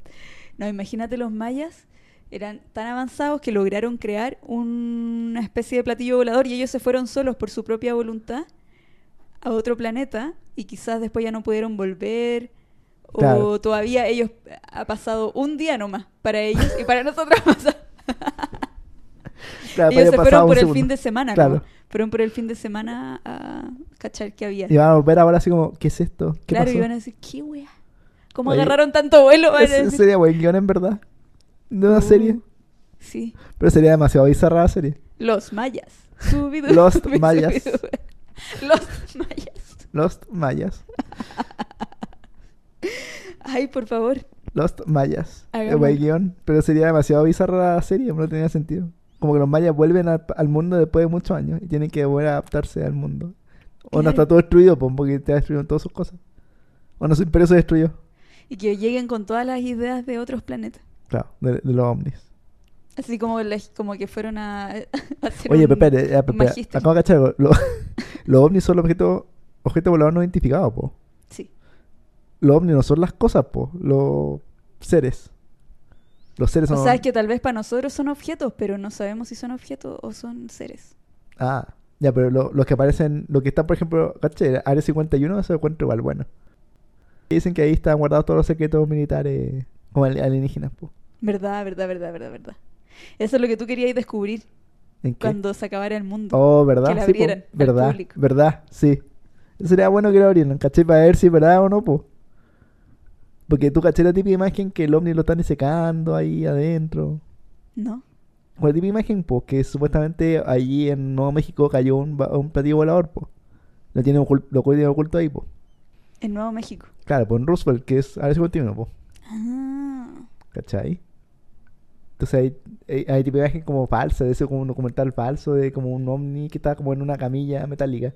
S3: No, imagínate los mayas eran tan avanzados que lograron crear una especie de platillo volador y ellos se fueron solos por su propia voluntad a otro planeta y quizás después ya no pudieron volver o
S2: Claro.
S3: todavía ellos ha pasado un día nomás para ellos y para nosotros ha pasado-
S2: Claro, para
S3: ellos
S2: ellos
S3: se
S2: pasaba
S3: fueron
S2: un
S3: por el
S2: segundo.
S3: fin de semana
S2: Claro.
S3: como, fueron por el fin de semana a cachar que había
S2: Y van a volver ahora así como, ¿qué es esto? ¿Qué
S3: claro
S2: pasó?
S3: y van a decir qué wea cómo
S2: Oye,
S3: agarraron tanto vuelo Van a
S2: Ese
S3: decir,
S2: sería buen guión en verdad. De una
S3: Uh.
S2: serie.
S3: sí
S2: Pero sería demasiado bizarra la serie.
S3: Los mayas. Subidu,
S2: Los
S3: subi,
S2: mayas.
S3: subidu. Los mayas.
S2: Lost Mayas.
S3: Ay, por favor.
S2: Lost Mayas. Eh,
S3: Hagamos.
S2: Buen guión. Pero sería demasiado bizarra la serie. No tenía sentido. Como que los mayas vuelven al, al mundo después de muchos años y tienen que volver a adaptarse al mundo. O no
S3: Claro.
S2: está todo destruido, pues, porque te destruyeron todas sus cosas. O no, su imperio se destruyó.
S3: Y que lleguen con todas las ideas de otros planetas.
S2: Claro, de, de los ovnis.
S3: Así como, les- como que fueron a, a hacer
S2: Oye,
S3: un-
S2: Pepe, eh, eh, Pepe,
S3: magíster.
S2: acabo de cachar algo. Lo- los ovnis son los objetos, objetos voladores no identificados, po.
S3: Sí.
S2: Los ovnis no son las cosas, po. Los seres. Los seres son...
S3: O sea, es que tal vez para nosotros son objetos, pero no sabemos si son objetos o son seres.
S2: Ah, ya, pero lo- los que aparecen... Los que están, por ejemplo... Caché, Área 51, eso lo encuentro igual, bueno. Dicen que ahí están guardados todos los secretos militares... Como ali- alienígenas, po.
S3: ¿Verdad, verdad, verdad, verdad, verdad? Eso es lo que tú querías descubrir
S2: ¿En qué?
S3: cuando se acabara el mundo.
S2: Oh, ¿verdad?
S3: que la
S2: sí, po.
S3: abrieran al
S2: ¿Verdad?
S3: público.
S2: ¿Verdad? Sí. Sería bueno que lo abrieran, ¿cachai? Para ver si es verdad o no, po. Porque tú caché la típica imagen que el ovni lo están secando ahí adentro.
S3: ¿No?
S2: Con la típica imagen, po, que supuestamente allí en Nuevo México cayó un, va- un platillo volador, po. Lo tienen oculto, lo tienen oculto ahí, po.
S3: En Nuevo México.
S2: Claro, po, en Roosevelt, que es área 51, po.
S3: Ah.
S2: ¿Cachai? Entonces hay, hay, hay tipo de imagen como falsa, de eso como un documental falso, de como un ovni que está como en una camilla metálica.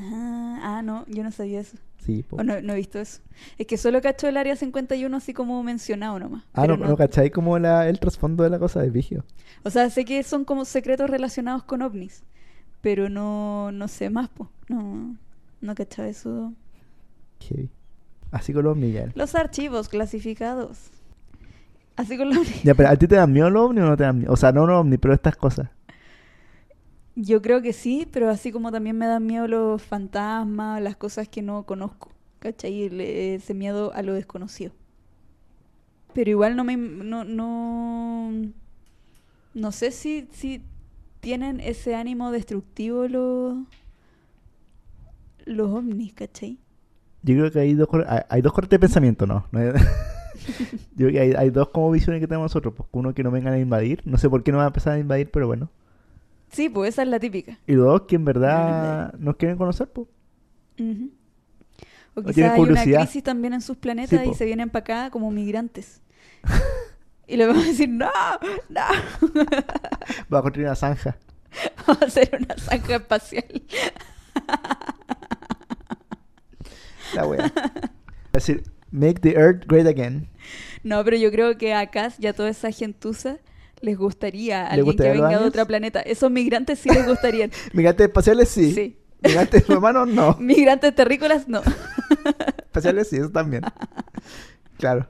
S3: Ah, ah, no, yo no sabía eso.
S2: Sí, po.
S3: O no, no he visto eso. Es que solo cacho el área 51 así como mencionado nomás.
S2: Ah,
S3: pero
S2: no, no, ¿cachai? Como la, el trasfondo de la cosa de Vigio.
S3: O sea, sé que son como secretos relacionados con ovnis, pero no, no sé más, po. No, no cachaba eso.
S2: Heavy. Así con los millas.
S3: Los archivos clasificados. Así con los ovnis.
S2: Ya, pero ¿a ti te dan miedo los ovnis o no te dan miedo? O sea, no los ovnis, pero estas cosas.
S3: Yo creo que sí, pero así como también me dan miedo los fantasmas, las cosas que no conozco, ¿cachai? El- Ese miedo a lo desconocido. Pero igual no me... No, no, no sé si, si tienen ese ánimo destructivo los, los ovnis, ¿cachai?
S2: Yo creo que hay dos, cor- hay, hay dos cortes de pensamiento, ¿no? No hay- Yo creo que hay, hay dos como visiones que tenemos nosotros. Pues uno que no vengan a invadir. No sé por qué no van a empezar a invadir, pero bueno.
S3: Sí, pues esa es la típica.
S2: Y dos que en verdad
S3: Vengan
S2: nos quieren conocer, pues.
S3: Ujú. O
S2: O
S3: quizás
S2: tienen
S3: hay una
S2: curiosidad.
S3: crisis también en sus planetas y
S2: po.
S3: se vienen para acá como migrantes. y le vamos a decir, no, no,
S2: Va a construir una zanja.
S3: vamos a hacer una zanja espacial.
S2: La wea. Es decir, make the earth great again.
S3: No, pero yo creo que a Cass y a toda esa gentuza les gustaría alguien
S2: gustaría
S3: que
S2: los
S3: venga de
S2: aliens?
S3: otro planeta. Esos migrantes sí les gustarían.
S2: Migrantes espaciales, sí.
S3: Sí.
S2: Migrantes humanos, no.
S3: migrantes terrícolas, no,
S2: Espaciales, sí, eso también. Claro.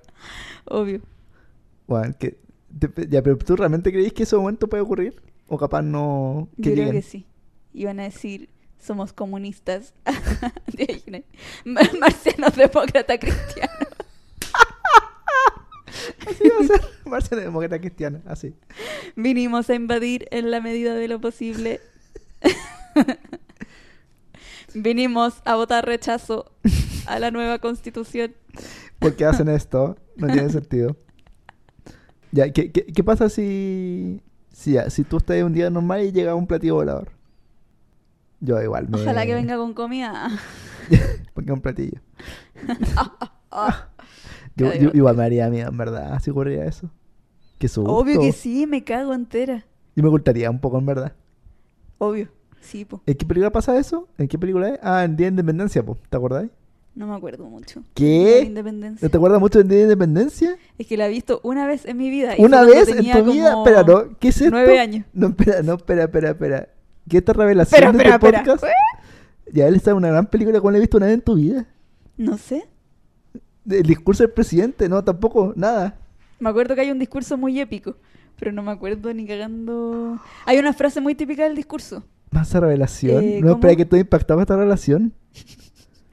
S3: obvio.
S2: Bueno, que, te- ya, pero ¿tú realmente crees que ese momento puede ocurrir? ¿O capaz no que
S3: Yo creo
S2: lleguen?
S3: que sí. Iban a decir, somos comunistas. De ahí viene, "Mar- Marcianos demócrata cristiano.
S2: Así va a ser. Marcia demócrata cristiana, así.
S3: Vinimos a invadir en la medida de lo posible. Vinimos a votar rechazo a la nueva constitución.
S2: ¿Por qué hacen esto? No tiene sentido. Ya, ¿qué, qué, qué pasa si, si, ya, si tú estás un día normal y llega un platillo volador? Yo igual me...
S3: Ojalá que venga con comida.
S2: Porque es un platillo.
S3: Ah,
S2: Yo,
S3: Qué
S2: yo igual me haría miedo, en verdad, si ocurriría eso. Qué susto.
S3: obvio que sí, me cago entera.
S2: Yo me ocultaría un poco, en verdad.
S3: Obvio. Sí, po.
S2: ¿En qué película pasa eso? ¿En qué película es? Ah, en Día de Independencia, po. ¿te acordáis?
S3: No me acuerdo mucho. De la
S2: ¿Qué? Eh,
S3: independencia.
S2: ¿No te acuerdas mucho del Día de Independencia?
S3: Es que la he visto una vez en mi vida. y
S2: ¿Una
S3: fue cuando
S2: vez en
S3: tenía
S2: tu vida?
S3: como
S2: Espera, ¿no? ¿Qué es esto?
S3: Nueve años.
S2: No, espera, no, espera, espera, espera. ¿Qué esta revelación
S3: Espera,
S2: de
S3: espera,
S2: este
S3: espera.
S2: podcast? Ya él está en una gran película, ¿cuál he visto una vez en tu vida?
S3: No sé.
S2: El discurso del presidente, no, tampoco, nada.
S3: Me acuerdo que hay un discurso muy épico, pero no me acuerdo ni cagando. Hay una frase muy típica del discurso.
S2: Más esa revelación.
S3: Eh,
S2: no, espera,
S3: ¿cómo?
S2: que estoy impactado por esta revelación.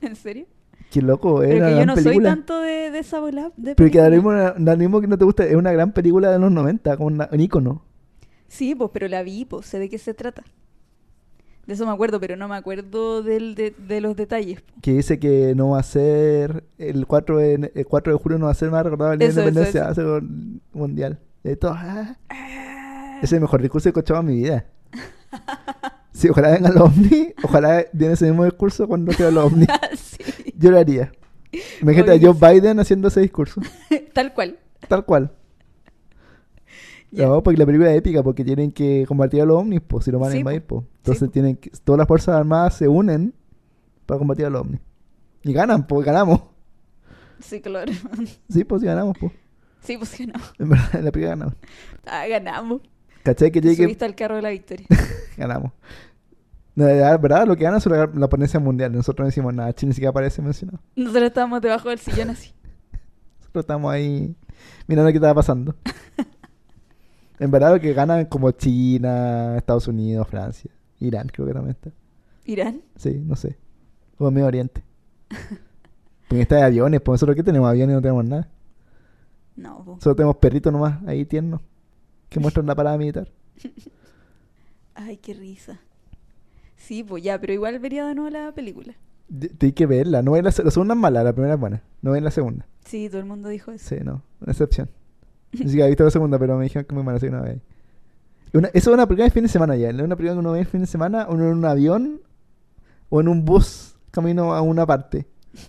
S3: ¿En serio?
S2: Qué loco, es
S3: Pero
S2: una
S3: que yo
S2: gran
S3: no soy
S2: película.
S3: tanto de, de esa bola. De
S2: Pero que da lo
S3: película.
S2: mismo, da lo mismo que no te gusta, es una gran película de los 90, como una- un ícono.
S3: Sí, pues, pero la vi, pues, sé de qué se trata. De eso me acuerdo, pero no me acuerdo del, de, de los detalles. po.
S2: Que dice que no va a ser, el 4 de, el 4 de julio no va a ser más recordado el Día de
S3: Eso, eso,
S2: Independencia,
S3: eso.
S2: va a ser un mundial. De todo. ah. Es el mejor discurso que he escuchado en mi vida. Sí, ojalá vengan los ovnis, ojalá den ese mismo discurso cuando sean los ovnis.
S3: sí,
S2: Yo lo haría. Imagínate a
S3: Obvio
S2: Joe
S3: que
S2: Biden haciendo ese discurso.
S3: tal cual.
S2: Tal cual.
S3: Ya.
S2: No, porque la película es épica, porque tienen que combatir a los ovnis, pues, si no van
S3: Sí,
S2: a invadir, pues.
S3: Sí,
S2: Entonces
S3: po.
S2: tienen que, todas las fuerzas armadas se unen para combatir a los ovnis. Y ganan, pues, ganamos.
S3: Sí, claro.
S2: Sí, pues, sí ganamos, pues.
S3: Sí, pues ganamos.
S2: En verdad, en la película ganamos.
S3: Ah, ganamos.
S2: ¿Cachai? Que
S3: Te
S2: llegue,
S3: subiste al carro de la victoria.
S2: ganamos. No, la verdad, lo que ganan es la, la ponencia mundial. Nosotros no decimos nada, Chile ni siquiera aparece mencionado.
S3: Nosotros estábamos debajo del sillón así.
S2: Nosotros estamos ahí mirando qué estaba pasando. en verdad, lo que ganan es como China, Estados Unidos, Francia, Irán, creo que también está.
S3: ¿Irán?
S2: Sí, no sé. O Medio Oriente. Porque está de aviones, pues nosotros que tenemos aviones no tenemos nada.
S3: No, po.
S2: Solo tenemos perritos nomás ahí tiernos que muestran la parada militar.
S3: Ay, qué risa. Sí, pues ya, pero igual vería de nuevo la película.
S2: De- Tienes que verla. No ven la, se- la segunda es mala, la primera es buena. No ven la segunda.
S3: Sí, todo el mundo dijo eso.
S2: Sí, no. Una excepción. Ni siquiera he visto la segunda, pero me dijeron que muy mala, así que no la vi. Una, eso es una película de fin de semana ya. Es una película que uno ve en fin de semana, uno en un avión o en un bus camino a una parte.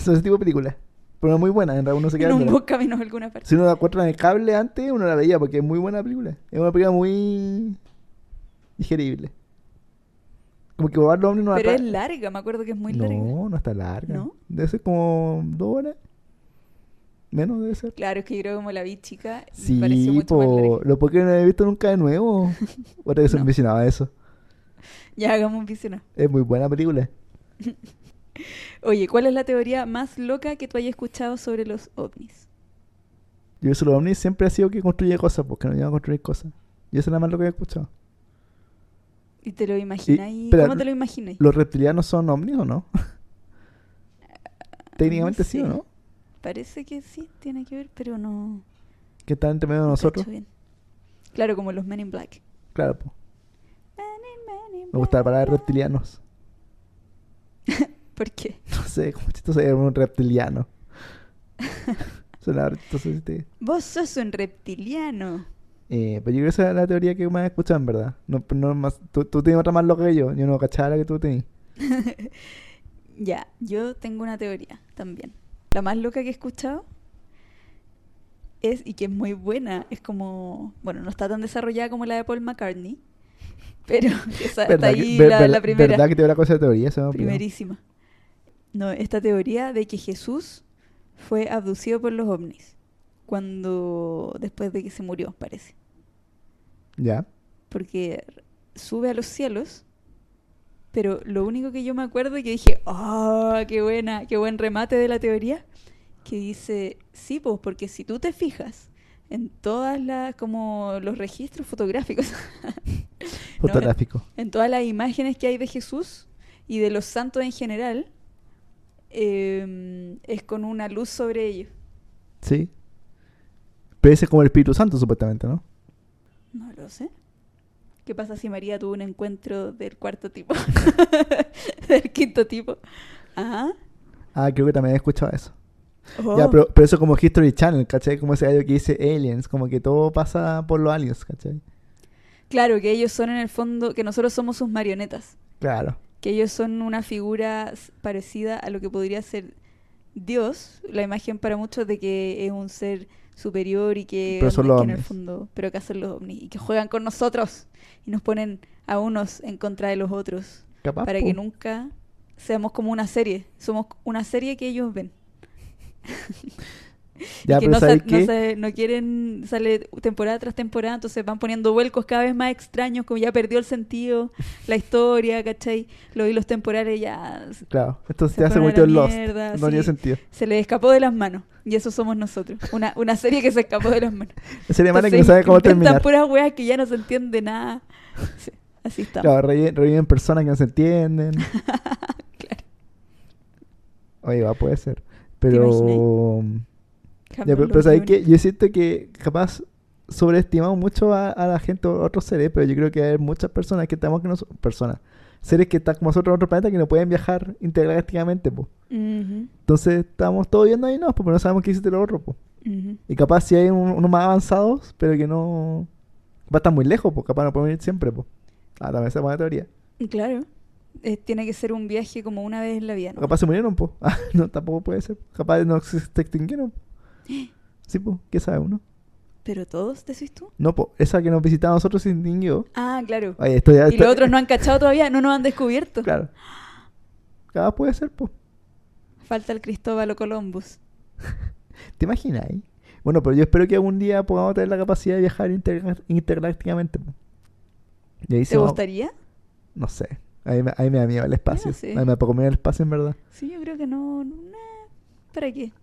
S2: Son ese tipo de películas. Pero muy buena, en realidad uno se queda
S3: en un
S2: viéndola.
S3: bus camino a alguna parte.
S2: Si uno la encuentra en el cable antes, uno la veía porque es muy buena película. Es una película muy digerible. Como que Bobar Lomni no
S3: pero
S2: atra-
S3: es larga, me acuerdo que es muy
S2: no,
S3: larga.
S2: no está larga.
S3: ¿No?
S2: Debe ser como dos horas. Menos debe ser.
S3: Claro, es que yo creo que como la vi chica, me
S2: Sí,
S3: pareció mucho más
S2: po,
S3: larga.
S2: lo porque no he visto nunca de nuevo. Ahora que soy
S3: No.
S2: un visionado de eso.
S3: Ya hagamos un visionado.
S2: Es muy buena película.
S3: Oye, ¿cuál es la teoría más loca que tú hayas escuchado sobre los ovnis?
S2: Yo eso, los ovnis siempre ha sido que construye cosas, porque nos llevan a construir cosas. Y eso es nada más lo que he escuchado.
S3: ¿Y te lo imagináis?
S2: espera,
S3: ¿Cómo te lo imagináis?
S2: ¿Los reptilianos son ovnis o no? Técnicamente sí o
S3: sé.
S2: no.
S3: Parece que sí, tiene que ver, pero no.
S2: Que están entre medio de
S3: no
S2: nosotros.
S3: cacho bien. Claro, como los Men in Black.
S2: Claro, po.
S3: Men in- Men in
S2: me gusta la
S3: Black.
S2: palabra reptilianos.
S3: ¿Por qué?
S2: No sé, como chistoso es un reptiliano. Suena chistoso, sí.
S3: Vos sos un reptiliano.
S2: Eh, pero yo creo que esa es la teoría que más he escuchado, en verdad. No, no más, tú, tú tienes otra más loca que yo. Yo no cachaba la que tú tenías.
S3: Ya, yo tengo una teoría también. La más loca que he escuchado es, y que es muy buena, es como, bueno, no está tan desarrollada como la de Paul McCartney, pero esa está
S2: ¿Verdad que-
S3: ahí
S2: ver-
S3: la,
S2: ver-
S3: la primera,
S2: ¿Verdad que te habrá cosa de teoría? Eso me olvidó.
S3: primerísima. No, esta teoría de que Jesús fue abducido por los ovnis cuando, después de que se murió, parece.
S2: Ya.
S3: porque sube a los cielos. Pero lo único que yo me acuerdo y que dije, ¡ah, qué buena, qué buen remate de la teoría! Que dice, sí, pues, porque si tú te fijas en todas las, como los registros fotográficos,
S2: Fotográfico.
S3: en todas las imágenes que hay de Jesús y de los santos en general, eh, es con una luz sobre ellos.
S2: Sí. Pero ese es como el Espíritu Santo, supuestamente, ¿no?
S3: No lo sé. ¿Qué pasa si María tuvo un encuentro del cuarto tipo? del quinto tipo. Ah.
S2: Ah, creo que también he escuchado eso. Ya,
S3: Oh.
S2: pero, pero eso como History Channel, ¿cachai? Como ese gallo que dice Aliens, como que todo pasa por los aliens, ¿cachai?
S3: Claro, que ellos son en el fondo, que nosotros somos sus marionetas.
S2: Claro.
S3: Que ellos son una figura s- parecida a lo que podría ser Dios, la imagen para muchos de que es un ser superior y que,
S2: Pero son
S3: onda,
S2: los
S3: que en el
S2: ovnis.
S3: fondo, pero que hacen los ovnis y que juegan con nosotros y nos ponen a unos en contra de los otros.
S2: Capaz.
S3: para
S2: Ah, po.
S3: que nunca seamos como una serie. Somos una serie que ellos ven.
S2: Ya,
S3: que
S2: pero
S3: no,
S2: ¿sabes
S3: sal- no
S2: qué?
S3: se- no quieren, sale temporada tras temporada, entonces van poniendo vuelcos cada vez más extraños, como ya perdió el sentido, la historia, ¿cachai? Los hilos temporales ya s-
S2: Claro. Entonces
S3: Se
S2: ya se
S3: fueron a
S2: metió
S3: la
S2: en Lost.
S3: mierda,
S2: no tiene
S3: sí.
S2: sentido.
S3: se les escapó de las manos. Y eso somos nosotros. Una, una serie que se escapó de las manos.
S2: La serie mala que no
S3: Entonces,
S2: sabe cómo
S3: inventan
S2: terminar.
S3: puras weas que ya no se entiende nada. Sí, así estamos.
S2: Claro, reviven, reviven personas que no se entienden.
S3: Claro.
S2: Oye, va, puede ser.
S3: imaginas?
S2: Pero... Ya, pero, pero ¿sabes
S3: Cambian los
S2: qué? Yo siento que capaz sobreestimamos mucho a, a la gente, a otros seres, pero yo creo que hay muchas personas que estamos que no son personas. Seres que están como nosotros en otro planeta que no pueden viajar intergalácticamente, pues.
S3: Ujú,
S2: Entonces estamos todos viendo ahí, no, porque no sabemos qué hiciste lo otro, po.
S3: ujú.
S2: Y capaz si hay un- unos más avanzados, pero que no... Va a estar muy lejos, pues capaz no podemos ir siempre, pues. Ah, también esa es buena teoría.
S3: Claro. Eh, tiene que ser un viaje como una vez en la vida.
S2: O
S3: ¿no?
S2: Capaz se murieron, pues. Ah, no, tampoco puede ser. Capaz no se se extinguieron. po. Sí, pues, ¿qué sabe uno?
S3: Pero todos, decís tú.
S2: No, pues, esa que nos visitaba a nosotros se extinguió.
S3: Ah, claro.
S2: Oye, esto ya
S3: Y los
S2: está-
S3: otros no han cachado todavía, no nos han descubierto.
S2: Claro. Cada puede ser, pues.
S3: Falta el Cristóbalo Columbus.
S2: ¿Te imaginas? eh? Bueno, pero yo espero que algún día podamos tener la capacidad de viajar interga- intergalácticamente. po. Y ahí
S3: ¿Te
S2: se va-
S3: gustaría?
S2: No sé. Ahí me, ahí me da miedo el espacio.
S3: sí.
S2: Ahí me da poco miedo el espacio, en verdad.
S3: Sí, yo creo que no. no, nah. ¿Para qué?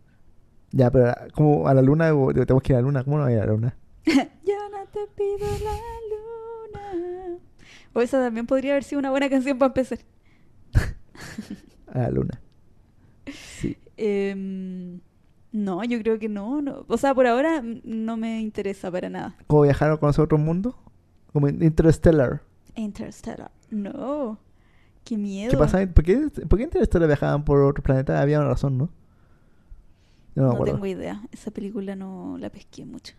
S2: Ya, pero como a la luna, o- tenemos que ir a la luna. ¿Cómo no va a ir a la luna?
S3: Yo no te pido la luna. O esa también podría haber sido una buena canción para empezar.
S2: A la luna. Sí.
S3: Em, no, yo creo que no, no. O sea, por ahora mm, no me interesa para nada.
S2: ¿Cómo viajar o conocer otro mundo? Como in- Interstellar.
S3: Interstellar. No. Qué miedo.
S2: ¿Qué pasa? ¿Por qué, ¿Por qué Interstellar viajaban por otro planeta? Había una razón, ¿no? Yo no me
S3: No
S2: acuerdo.
S3: tengo idea. Esa película no la pesqué mucho.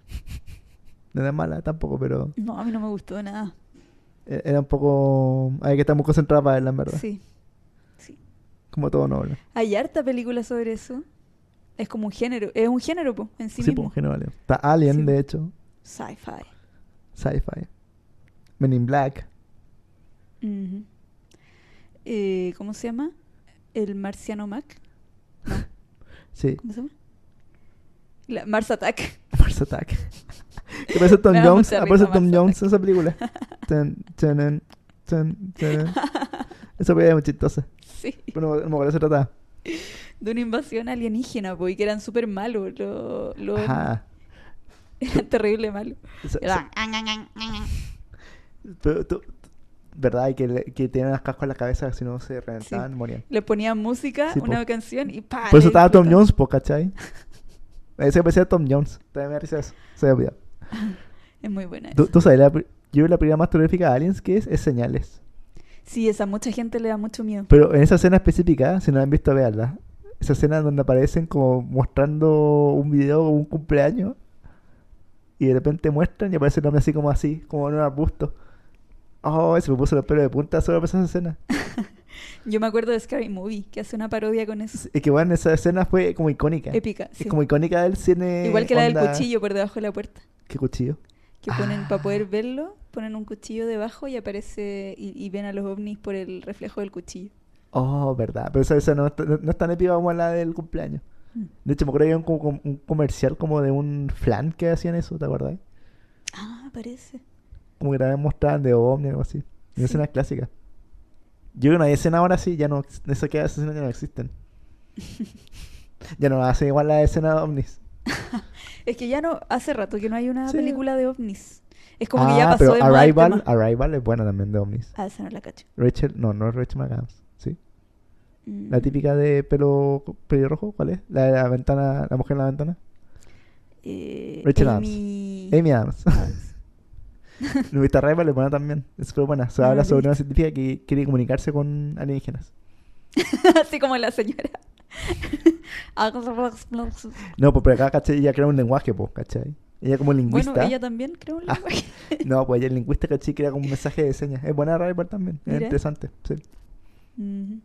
S2: No era mala tampoco, pero...
S3: No, a mí no me gustó nada.
S2: E- Era un poco. Hay que estar muy concentrada para verla, en verdad.
S3: Sí. sí.
S2: Como todo novela.
S3: Hay harta película sobre eso. Es como un género. Es un género, po, en sí,
S2: Sí,
S3: mismo.
S2: pues, género valió. Está Alien,
S3: Sí.
S2: de hecho.
S3: Sci-fi.
S2: Sci-fi. Men in Black.
S3: Ujú. Eh, ¿Cómo se llama? El marciano Mac.
S2: Sí.
S3: ¿Cómo se llama? La- Mars Attack.
S2: Mars Attack. que aparece Tom
S3: Me da
S2: Jones.
S3: mucha risa
S2: Aparece Tom
S3: Mars
S2: Jones en esa película. Tan, tanan, tan, tanan. Esa película es muy chistosa.
S3: Sí.
S2: Pero no, no me acuerdo de qué se trataba.
S3: De una invasión alienígena, po, y que eran súper malos. Los, los-
S2: Ajá.
S3: Era terrible ah, malo.
S2: Sa-
S3: Era-
S2: sa- pero tú- tú- ¿Verdad? Y que, le- que tenían las cascos en la cabeza, si no se reventaban, morían.
S3: Le ponía música,
S2: Sí, po.
S3: una canción y pa.
S2: Por eso
S3: Ah, le
S2: estaba Tom
S3: explotaba.
S2: Jones, po, ¿cachai? Ese empecé a Tom Jones. También me risa eso. Se me olvidó.
S3: Es muy buena.
S2: ¿Tú,
S3: esa.
S2: tú sabes, la, pri- yo la primera más terrorífica de Aliens que es, es Señales.
S3: Sí, esa mucha gente le da mucho miedo.
S2: Pero en esa escena específica, si no la han visto, veanla. Esa escena donde aparecen como mostrando un video o un cumpleaños. Y de repente muestran y aparece un hombre así como así, como en un arbusto. Oh, se me puso los pelos de punta solo por esa escena.
S3: Yo me acuerdo de Scary Movie, que hace una parodia con eso.
S2: Es que bueno, esa escena fue como icónica.
S3: Épica. sí.
S2: Es como icónica del cine.
S3: Igual que la del
S2: onda-
S3: cuchillo por debajo de la puerta.
S2: ¿Qué cuchillo?
S3: Que ponen,
S2: Ah.
S3: para poder verlo, ponen un cuchillo debajo y aparece. Y, y ven a los ovnis por el reflejo del cuchillo.
S2: Oh, verdad. Pero esa, esa no, es- no- no es tan épica como la del cumpleaños.
S3: Mm.
S2: De hecho, me acuerdo que había un, co- com- un comercial como de un flan que hacían eso, ¿te acuerdas?
S3: Ah, aparece.
S2: Como que también mostraban de ovni o algo así. Y
S3: Sí.
S2: escenas clásicas. Yo creo que no hay escena ahora sí, ya no. ex- Eso que esas escenas ya no existen. ya no hacen igual la escena de ovnis.
S3: Es que ya no. Hace rato que no hay una
S2: Sí.
S3: película de ovnis. Es como que ya
S2: Ah,
S3: pasó de
S2: pero
S3: moda el
S2: Arrival,
S3: tema.
S2: Arrival es buena también de ovnis.
S3: Ah, esa no la cacho.
S2: Rachel, no, no es Rachel McAdams, ¿sí?
S3: Mm.
S2: La típica de pelo pelirrojo, ¿cuál es? La de la ventana, la mujer en la ventana.
S3: Eh,
S2: Rachel Adams.
S3: Amy...
S2: Amy Adams.
S3: Adams.
S2: Nubita Rival es buena también. Es súper buena. Se
S3: No,
S2: habla
S3: no
S2: sobre
S3: Ah, la he
S2: una científica que quiere comunicarse con alienígenas.
S3: Así como la señora.
S2: No, pues pero acá, ¿cachai? Ella crea un lenguaje, pues, ¿cachai? Ella como lingüista.
S3: bueno, ella también creó un
S2: Ah,
S3: lenguaje.
S2: No, pues ella es lingüista, ¿cachai? Crea como un mensaje de señas. Es buena Rival también. Es
S3: Mira.
S2: interesante, sí.
S3: Ujú,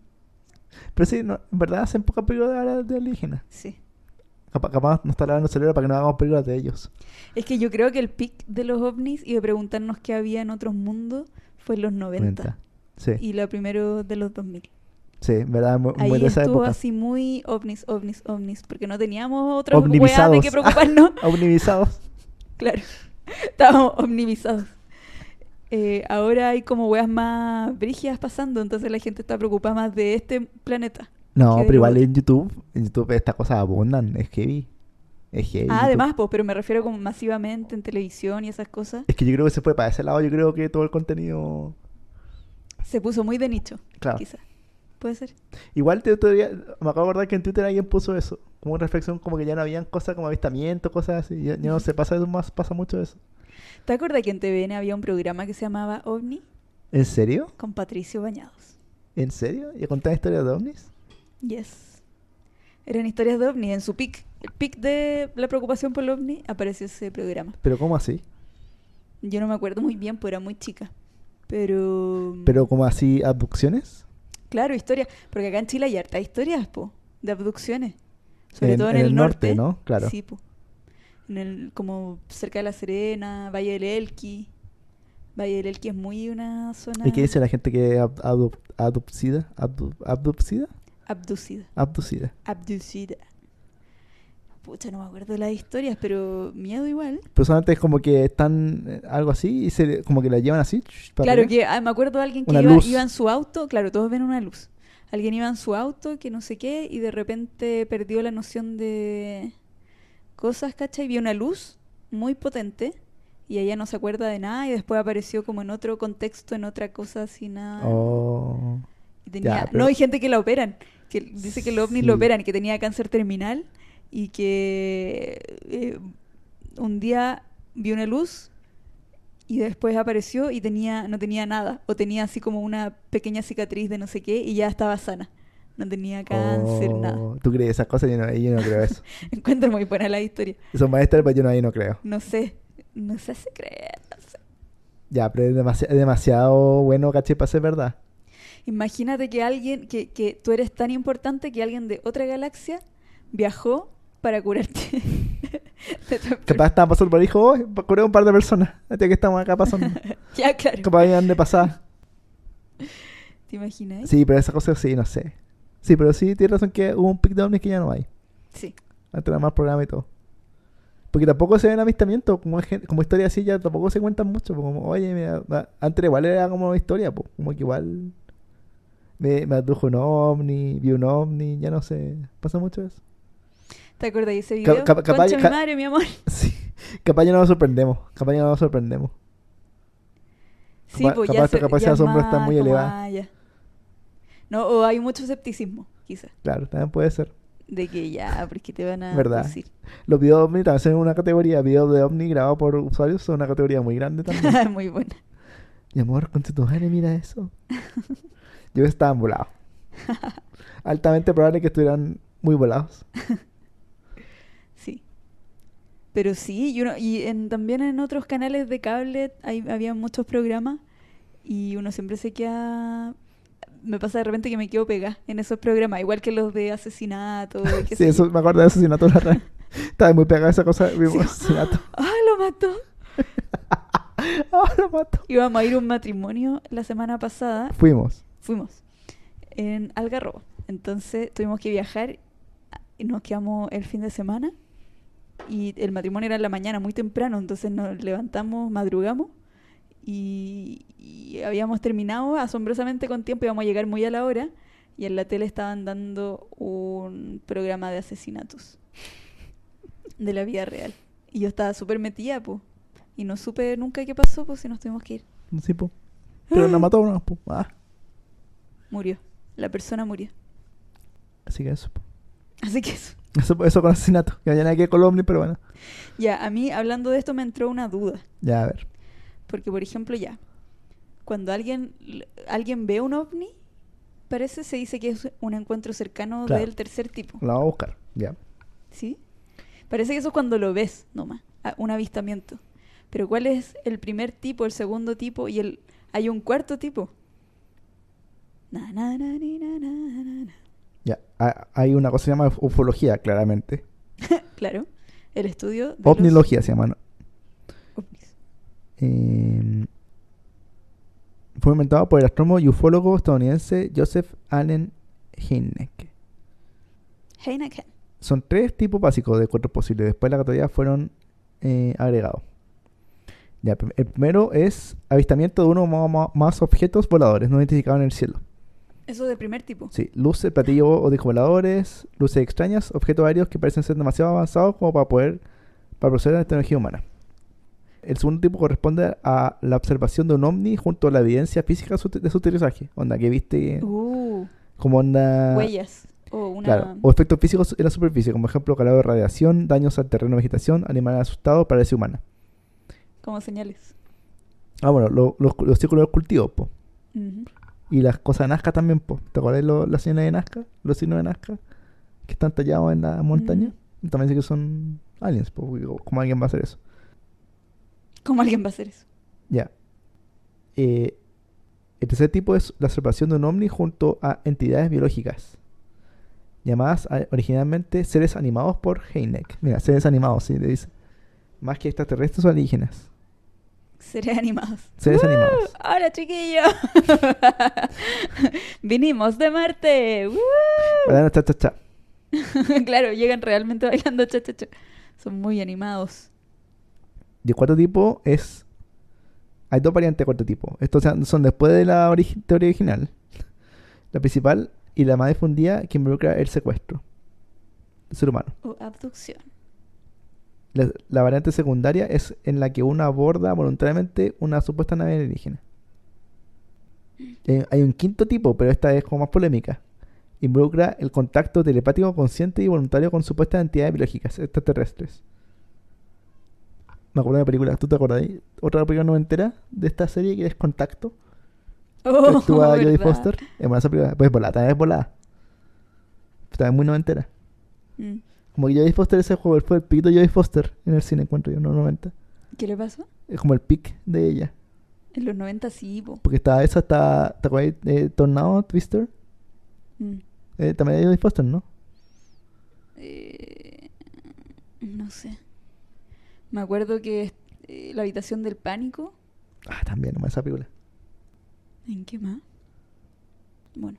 S2: Pero sí, no, en verdad hacen pocas películas de, ahora de alienígenas.
S3: Sí.
S2: Capaz, capaz nos está lavando el cerebro para que no hagamos películas de ellos.
S3: Es que yo creo que el pic de los ovnis y de preguntarnos qué había en otros mundos fue en los 90.
S2: Venta. Sí,
S3: Y lo primero de los 2000.
S2: sí, en verdad, muy, muy
S3: Ahí
S2: de esa
S3: estuvo
S2: época.
S3: así muy ovnis, ovnis, ovnis. Porque no teníamos otra weá
S2: Omnivisados.
S3: de qué preocuparnos.
S2: Omnivisados.
S3: Claro, estábamos omnivisados. Eh, ahora hay como weas más brígidas pasando, entonces la gente está preocupada más de este planeta.
S2: No,
S3: que de
S2: pero igual
S3: los-
S2: en YouTube, en YouTube estas cosas abundan. Es heavy. Es heavy.
S3: Ah,
S2: YouTube.
S3: además, pues, pero me refiero como masivamente en televisión y esas cosas.
S2: Es que yo creo que se fue para ese lado. Yo creo que todo el contenido.
S3: Se puso muy de nicho,
S2: Claro.
S3: quizás. ¿Puede ser?
S2: Igual te, te- me acabo de acordar que en Twitter alguien puso eso. Como una reflexión, como que ya no habían cosas como avistamientos, cosas así. Ya, ya no se pasa eso más, pasa mucho eso.
S3: ¿Te acuerdas que en TVN había un programa que se llamaba OVNI
S2: ¿En serio?
S3: con Patricio Bañados?
S2: ¿En serio? ¿Y contar historias de ovnis?
S3: Yes. Eran historias de ovnis en su pic. El pic de la preocupación por el ovni apareció ese programa.
S2: ¿Pero cómo así?
S3: Yo no me acuerdo muy bien, pues era muy chica. Pero.
S2: ¿Pero como así abducciones?
S3: Claro, historias. Porque acá en Chile hay hartas historias, po, de abducciones. Sobre
S2: En-
S3: todo en,
S2: en
S3: el
S2: el norte,
S3: norte,
S2: ¿no? Claro.
S3: Sí, po. En el, como cerca de La Serena, Valle del Elqui. Valle del Elqui es muy una zona
S2: ¿Y qué dice la gente que ab, abdu- abducida? Abdu- ¿Abducida?
S3: abducida.
S2: Abducida.
S3: Abducida. Pucha, no me acuerdo las historias, pero miedo igual.
S2: Pero solamente es como que están eh, algo así y se, como que la llevan así. ch, para
S3: Claro
S2: arriba.
S3: que ah, me acuerdo de alguien que
S2: Una
S3: iba,
S2: luz.
S3: iba en su auto, claro, todos ven una luz. Alguien iba en su auto, que no sé qué, y de repente perdió la noción de cosas, ¿cachai? Vio una luz muy potente y ella no se acuerda de nada y después apareció como en otro contexto, en otra cosa, sin nada.
S2: Oh.
S3: Y tenía-
S2: ya, pero-
S3: No, hay gente que la operan, que dice que los ovnis
S2: Sí.
S3: lo operan, que tenía cáncer terminal y que eh, un día vio una luz y después apareció y tenía no tenía nada, o tenía así como una pequeña cicatriz de no sé qué y ya estaba sana. No tenía cáncer, nada.
S2: Oh, ¿Tú crees esas cosas? Yo no, yo no creo eso.
S3: Encuentro muy buena la historia.
S2: Son maestras, pero yo no, yo no creo.
S3: No sé, no se hace creer. no sé.
S2: Ya, pero es demasi- es demasiado bueno, caché, para ser verdad.
S3: Imagínate que alguien, que, que tú eres tan importante que alguien de otra galaxia viajó para curarte. De tu
S2: Capaz estaban pasando por ahí, dijo, oh, pa- curé a un par de personas. Hasta que estamos acá pasando.
S3: enfer- ya, claro.
S2: Capaz habían de pasar.
S3: ¿Te imaginas?
S2: Sí, pero esas cosas sí, no sé. Sí, pero sí, tienes razón que hubo un pic de ovnis que ya no hay.
S3: Sí.
S2: Antes era más programa y todo. Porque tampoco se ven avistamientos, como, es gen- como historia así ya tampoco se cuentan mucho. po, Como, oye, mira, a- antes igual era como historia, po, como que igual me, me adujo un ovni, vi un ovni, ya no sé. Pasa mucho eso.
S3: ¿Te acordás de ese
S2: Ca-
S3: video?
S2: cap- capaz-
S3: Concha mi
S2: ca-
S3: madre, mi amor.
S2: Sí. Capaz ya no nos sorprendemos. Capaz ya no nos sorprendemos.
S3: Sí,
S2: Capaz-
S3: pues
S2: capaz
S3: ya
S2: esta
S3: se-
S2: capacidad
S3: ya
S2: de
S3: es
S2: asombro está
S3: más
S2: muy
S3: como,
S2: elevada.
S3: ah, ya. No, o hay mucho escepticismo, quizás,
S2: Claro, también puede ser.
S3: de que ya, porque te van a
S2: ¿Verdad?
S3: decir.
S2: Los videos ovni también son una categoría. Videos de ovni grabados por usuarios son una categoría muy grande también.
S3: muy buena.
S2: Mi amor, con tus madre, mira eso. Yo estaba volado. Altamente probable que estuvieran muy volados.
S3: Sí. Pero sí, y, uno- y en- también en otros canales de cable hay, había muchos programas y uno siempre se queda... Me pasa de repente que me quedo pegada en esos programas, igual que los de asesinato. y qué
S2: Sí,
S3: sé
S2: eso, me acuerdo de asesinato la red. Estaba muy pegada a esa cosa. Vimos
S3: Sí.
S2: asesinato.
S3: yo. ¡Ah, lo mató!
S2: ¡Ah, lo mato!
S3: Íbamos a ir a un matrimonio la semana pasada
S2: Fuimos.
S3: fuimos en Algarrobo. Entonces tuvimos que viajar y nos quedamos el fin de semana. Y el matrimonio era en la mañana, muy temprano, entonces nos levantamos, madrugamos y, y habíamos terminado asombrosamente con tiempo, íbamos a llegar muy a la hora y en la tele estaban dando un programa de asesinatos de la vida real. Y yo estaba súper metida, pues. Y no supe nunca qué pasó, pues, si nos tuvimos que ir.
S2: Sí, po. Pero la mató uno. po. Ah,
S3: Murió. La persona murió.
S2: así que eso. po.
S3: Así que eso.
S2: Eso, eso con asesinato. Que mañana hay que ir con ovni, pero bueno.
S3: Ya, a mí hablando de esto me entró una duda.
S2: Ya, a ver.
S3: Porque, por ejemplo, ya, cuando alguien, l- alguien ve un ovni, parece se dice que es un encuentro cercano
S2: Claro.
S3: del tercer tipo.
S2: La vamos a buscar. Ya.
S3: ¿Sí? Parece que eso es cuando lo ves nomás, a- un avistamiento. Pero ¿cuál es el primer tipo, el segundo tipo y el... ¿Hay un cuarto tipo? Na, na, na, ni, na, na, na, na.
S2: Ya. Ha- Hay una cosa que se llama ufología, claramente.
S3: Claro, el estudio de los
S2: Ovnilogía se llama, ¿no?
S3: ovnis.
S2: Eh, fue inventado por el astrónomo y ufólogo estadounidense Joseph Allen Hynek.
S3: Heineken.
S2: Son tres tipos básicos de cuatro posibles. Después la categoría fueron eh, agregados. Ya, prim- el primero es avistamiento de uno o ma- ma- más objetos voladores no identificados en el cielo.
S3: Eso de primer tipo.
S2: Sí, luces, platillos o discos voladores, luces extrañas, objetos aéreos que parecen ser demasiado avanzados como para poder para proceder a la tecnología humana. El segundo tipo corresponde a la observación de un ovni junto a la evidencia física de su- de su aterrizaje. Onda, que viste
S3: Uh,
S2: como onda...
S3: huellas. O una...
S2: Ah, Claro, o efectos físicos en la superficie, como ejemplo calado de radiación, daños al terreno de vegetación, animales asustados, parálisis humana.
S3: Como señales.
S2: Ah, bueno, lo- los, los círculos de los cultivos, po.
S3: Ujú.
S2: Y las cosas de Nazca también, po. ¿Te acuerdas lo- las señales de Nazca? Los signos de Nazca que están tallados en la montaña. También sé que son aliens, po. porque ¿Cómo alguien va a hacer eso?
S3: ¿Cómo alguien va a hacer eso?
S2: Ya. Eh, el tercer tipo es la observación de un ovni junto a entidades biológicas. Llamadas a- originalmente seres animados por Heineck. Mira, seres animados, sí, le dice. Más que extraterrestres o alienígenas.
S3: Seres animados.
S2: Seres animados.
S3: Hola, chiquillo. Vinimos de Marte. ¡Woo!
S2: Bailando cha, cha, cha.
S3: claro, llegan realmente bailando cha, cha, cha. Son muy animados.
S2: Y el cuarto tipo es. Hay dos variantes de cuarto tipo. Estos son- son después de la origi- teoría original. La principal y la más difundida que involucra el secuestro. El ser humano.
S3: O abducción.
S2: La, la variante secundaria es en la que uno aborda voluntariamente una supuesta nave alienígena. Y Hay, hay un quinto tipo, pero esta es como más polémica. Involucra el contacto telepático consciente y voluntario con supuestas entidades biológicas extraterrestres. Me acuerdo de una película, ¿tú te acordás? Otra película noventera de esta serie que es Contacto. que
S3: Oh,
S2: actúa Jodie
S3: ¿verdad?
S2: Foster. Es buena esa película. Pues volada, también es volada. También muy noventera.
S3: Mm.
S2: Como que Jodie Foster ese juego fue el piquito de Jodie Foster en el cine, encuentro yo, en los 90.
S3: ¿Qué le pasó?
S2: Es como el pic de ella.
S3: En los 90 sí, po.
S2: Porque estaba esa, está, ¿te acuerdas de Tornado Twister?
S3: Mm.
S2: Eh, también hay Jodie Foster, ¿no?
S3: Eh, no sé. Me acuerdo que eh, la habitación del pánico.
S2: Ah, también, nomás esa película.
S3: ¿En qué más? Bueno.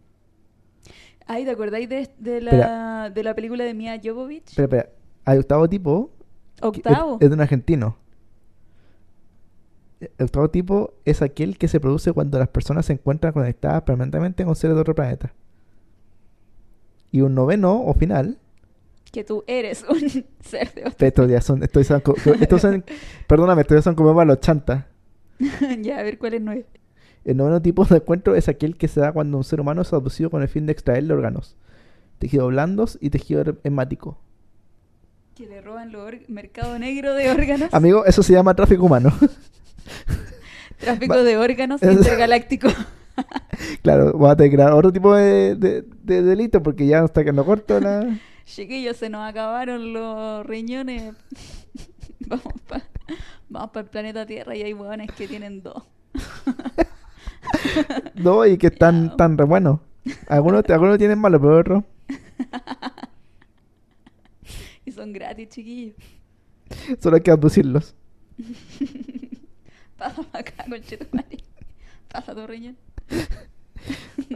S3: Ay, ¿te acordáis de, de la,
S2: Espera.
S3: de la película de Mia Jovovich?
S2: Espera, espera. Hay octavo tipo. que es-
S3: Octavo.
S2: Es, de un argentino. El octavo tipo es aquel que se produce cuando las personas se encuentran conectadas permanentemente con seres de otro planeta. Y un noveno o final
S3: que tú eres un ser de otro.
S2: Estos ya son, estos son, co- co- estos son- perdóname, estos ya son como para los chantas.
S3: ya, a ver cuál es nueve.
S2: El noveno tipo de encuentro es aquel que se da cuando un ser humano es abducido con el fin de extraerle órganos, tejidos blandos y tejido her- hemático.
S3: Que le roban los or- mercado negro de órganos.
S2: Amigo, eso se llama tráfico humano.
S3: Tráfico
S2: va-
S3: de órganos
S2: es-
S3: intergaláctico.
S2: claro, vas a tener que crear otro tipo de, de- de delito porque ya hasta que no corto la...
S3: Chiquillos, se nos acabaron los riñones. vamos para vamos pa el planeta Tierra y hay hueones que tienen dos.
S2: No, y que están
S3: Ya.
S2: tan re buenos. Algunos, algunos tienen malo, pero otros...
S3: y son gratis, chiquillos.
S2: Solo hay que abducirlos.
S3: Pasa para acá, conchetumare. Pasa tu riñón.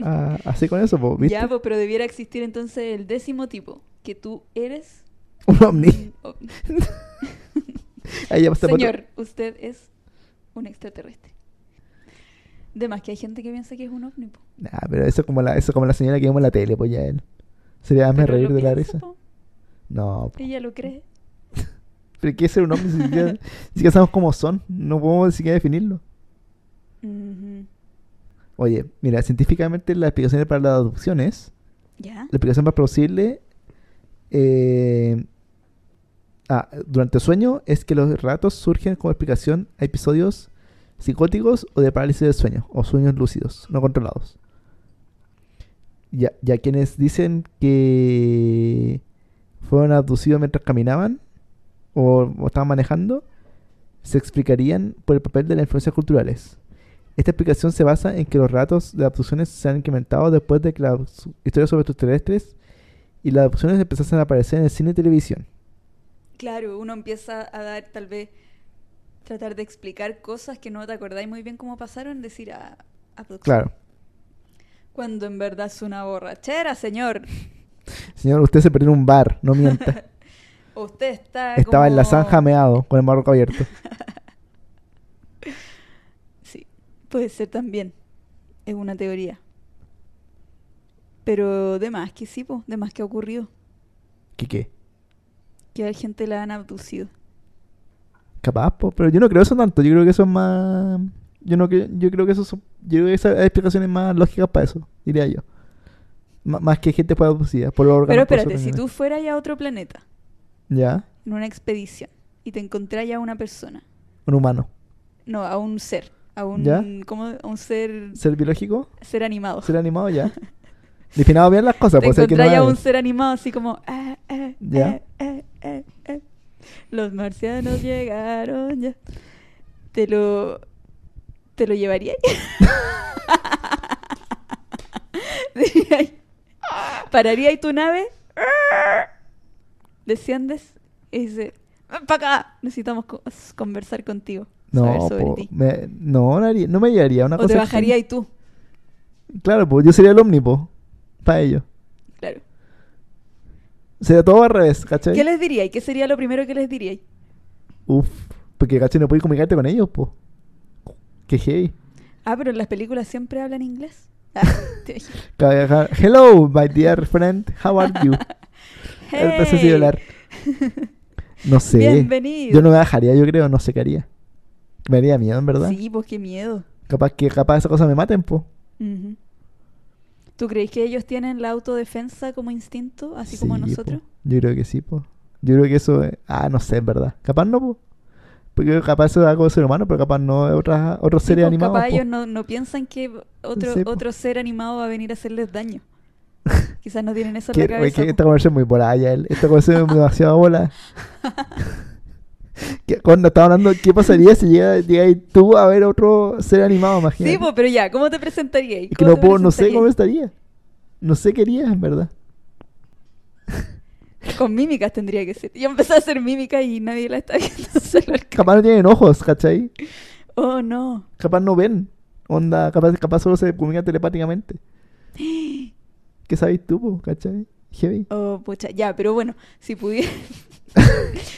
S2: Ah, así con eso, po, ¿viste?
S3: Ya, pues, pero debiera existir entonces el décimo tipo, que tú eres.
S2: Un ovni.
S3: un ovni.
S2: Ahí ya pasamos otro-
S3: Señor, usted es un extraterrestre. De más que hay gente que piensa que es un ovni, po.
S2: Nah, Ah, pero eso es como la, eso es como la señora que vemos en la tele, pues ya él. Sería me
S3: Pero
S2: reír
S3: lo
S2: de la
S3: piensa,
S2: risa.
S3: po.
S2: No, po.
S3: Ella lo cree.
S2: pero ¿qué es ser un hombre? Si siquiera, ni siquiera sabemos cómo son, no podemos ni siquiera definirlo.
S3: Ujú.
S2: Oye, mira, científicamente las explicaciones para las adopciones,
S3: ¿Ya?
S2: la explicación más plausible eh, ah, durante el sueño es que los relatos surgen como explicación a episodios psicóticos o de parálisis del sueño, o sueños lúcidos, no controlados. Ya, ya quienes dicen que fueron abducidos mientras caminaban o, o estaban manejando, se explicarían por el papel de las influencias culturales. Esta explicación se basa en que los relatos de abducciones se han incrementado después de que las historias sobre extraterrestres y las abducciones empezasen a aparecer en el cine y televisión.
S3: Claro, uno empieza a dar tal vez tratar de explicar cosas que no te acordáis muy bien cómo pasaron, decir a,
S2: Claro.
S3: Cuando en verdad es una borrachera, señor.
S2: Señor, usted se perdió en un bar, no mienta.
S3: O Usted está
S2: Estaba en la
S3: como-
S2: zanja meado, con el marroco abierto.
S3: Sí, puede ser también. Es una teoría. Pero de más que sí, po, de más que ha ocurrido.
S2: ¿Qué qué?
S3: Que a la gente la han abducido.
S2: Capaz, po, pero yo no creo eso tanto. Yo creo que eso es más. Yo no creo, yo creo que eso son- yo creo que esa- hay explicaciones más lógicas para eso, diría yo. M- más que gente pueda abducida por los
S3: Pero
S2: órganos. por
S3: espérate,
S2: sus
S3: si tú
S2: riñones.
S3: fueras a otro planeta,
S2: Ya,
S3: en una expedición, y te encontrás a una persona,
S2: un humano.
S3: no, a un ser, a un,
S2: ¿Ya?
S3: ¿cómo? A un ser,
S2: Ser biológico,
S3: ser animado.
S2: ser animado, ya. Definado bien las cosas,
S3: te
S2: pues ser que no
S3: encontráis a
S2: la
S3: un
S2: ves.
S3: ser animado así como... "Ah, ah,
S2: Ya.
S3: ah, ah, ah, ah". Los marcianos llegaron ya. Te lo... ¿Te lo llevaría? Diríais, ¿Pararía ahí tu nave? Desciendes y dice... ¡Ven para acá! Necesitamos co- conversar contigo. saber
S2: No,
S3: sobre
S2: po,
S3: ti.
S2: me- no, no haría- no me llevaría una
S3: O
S2: cosa.
S3: te
S2: extraña.
S3: bajaría y tú.
S2: Claro, pues yo sería el ómnipo. Para ellos.
S3: Claro.
S2: Sería todo al revés, ¿cachai?
S3: ¿Qué les diríais? ¿Qué sería lo primero que les diríais?
S2: Uf, porque ¿cachai? No puedes comunicarte con ellos, po. Qué heavy.
S3: Ah, pero en las películas siempre hablan inglés. Ah, te dije,
S2: Ca- ca- Hello, my dear friend, how are you? El proceso de
S3: "Hey,
S2: hablar. No sé.
S3: Bienvenido.
S2: Yo no me bajaría, yo creo, no sé qué haría. Me haría miedo, en verdad.
S3: Sí, pues qué miedo.
S2: Capaz que capaz esas cosas me maten, pues. po.
S3: Ujú. ¿Tú crees que ellos tienen la autodefensa como instinto, así como
S2: Sí, po.
S3: nosotros?
S2: Yo creo que sí, po. Yo creo que eso es... Ah, no sé, en verdad. Capaz no, po. Porque capaz eso es algo de ser humano, pero capaz no es otra, otros
S3: Sí,
S2: seres
S3: pues,
S2: animados.
S3: capaz
S2: po.
S3: ellos no, no piensan que otro,
S2: Sí, po.
S3: otro ser animado va a venir a hacerles daño. Quizás no tienen eso en la
S2: Que- oye,
S3: cabeza.
S2: que
S3: po.
S2: esta conversación es muy volada ya, él. Esta conversación es demasiado volada. Que Cuando estaba hablando, ¿qué pasaría si llega, llegáis tú a ver otro ser animado, imagínate?
S3: Sí, pues, pero ya, ¿cómo te presentarías?
S2: Es que
S3: ¿Cómo
S2: no
S3: te
S2: puedo, no sé
S3: presentarías?
S2: cómo estaría. No sé qué haría, en verdad.
S3: Con mímicas tendría que ser. Yo empecé a hacer mímicas y nadie la está viendo. solo el ca-
S2: Capaz no tienen ojos, ¿cachai?
S3: Oh, no.
S2: Capaz no ven. Onda, capaz, capaz solo se comunican telepáticamente. ¿Qué sabes tú, po, cachai? Heavy.
S3: Oh, pucha, ya, pero bueno, si pudieran,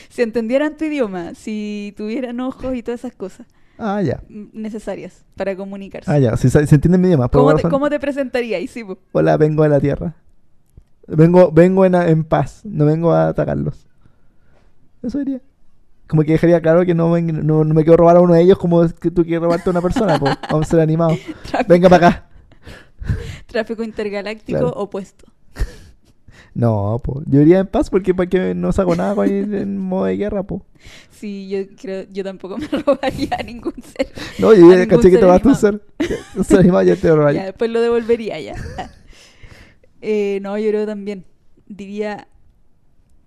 S3: si entendieran tu idioma, si tuvieran ojos y todas esas cosas
S2: Ah, ya.
S3: mm, necesarias para comunicarse.
S2: Ah, ya. Si se, se entiende mi idioma. por
S3: ¿Cómo,
S2: alguna
S3: te, pues,
S2: razón.
S3: cómo te presentarías? Sí, po.
S2: Hola, vengo de la Tierra. Vengo, vengo en, en paz, no vengo a atacarlos. Eso diría. Como que dejaría claro que no, ven- no, no me quiero robar a uno de ellos como es que tú quieres robarte a una persona, po, a un ser animado.
S3: Tráfico,
S2: Venga para acá.
S3: tráfico intergaláctico
S2: Claro.
S3: opuesto.
S2: No, po. Yo iría en paz porque para que no saco nada con el, en modo de guerra, po.
S3: Sí, yo creo, yo tampoco me robaría a ningún ser.
S2: No, yo
S3: A
S2: ya
S3: ningún
S2: caché que
S3: ser
S2: te vas a un
S3: animado.
S2: ser. Un ser animado ya te
S3: Ya,
S2: robaría.
S3: después lo devolvería ya. Eh, no, yo creo también. Diría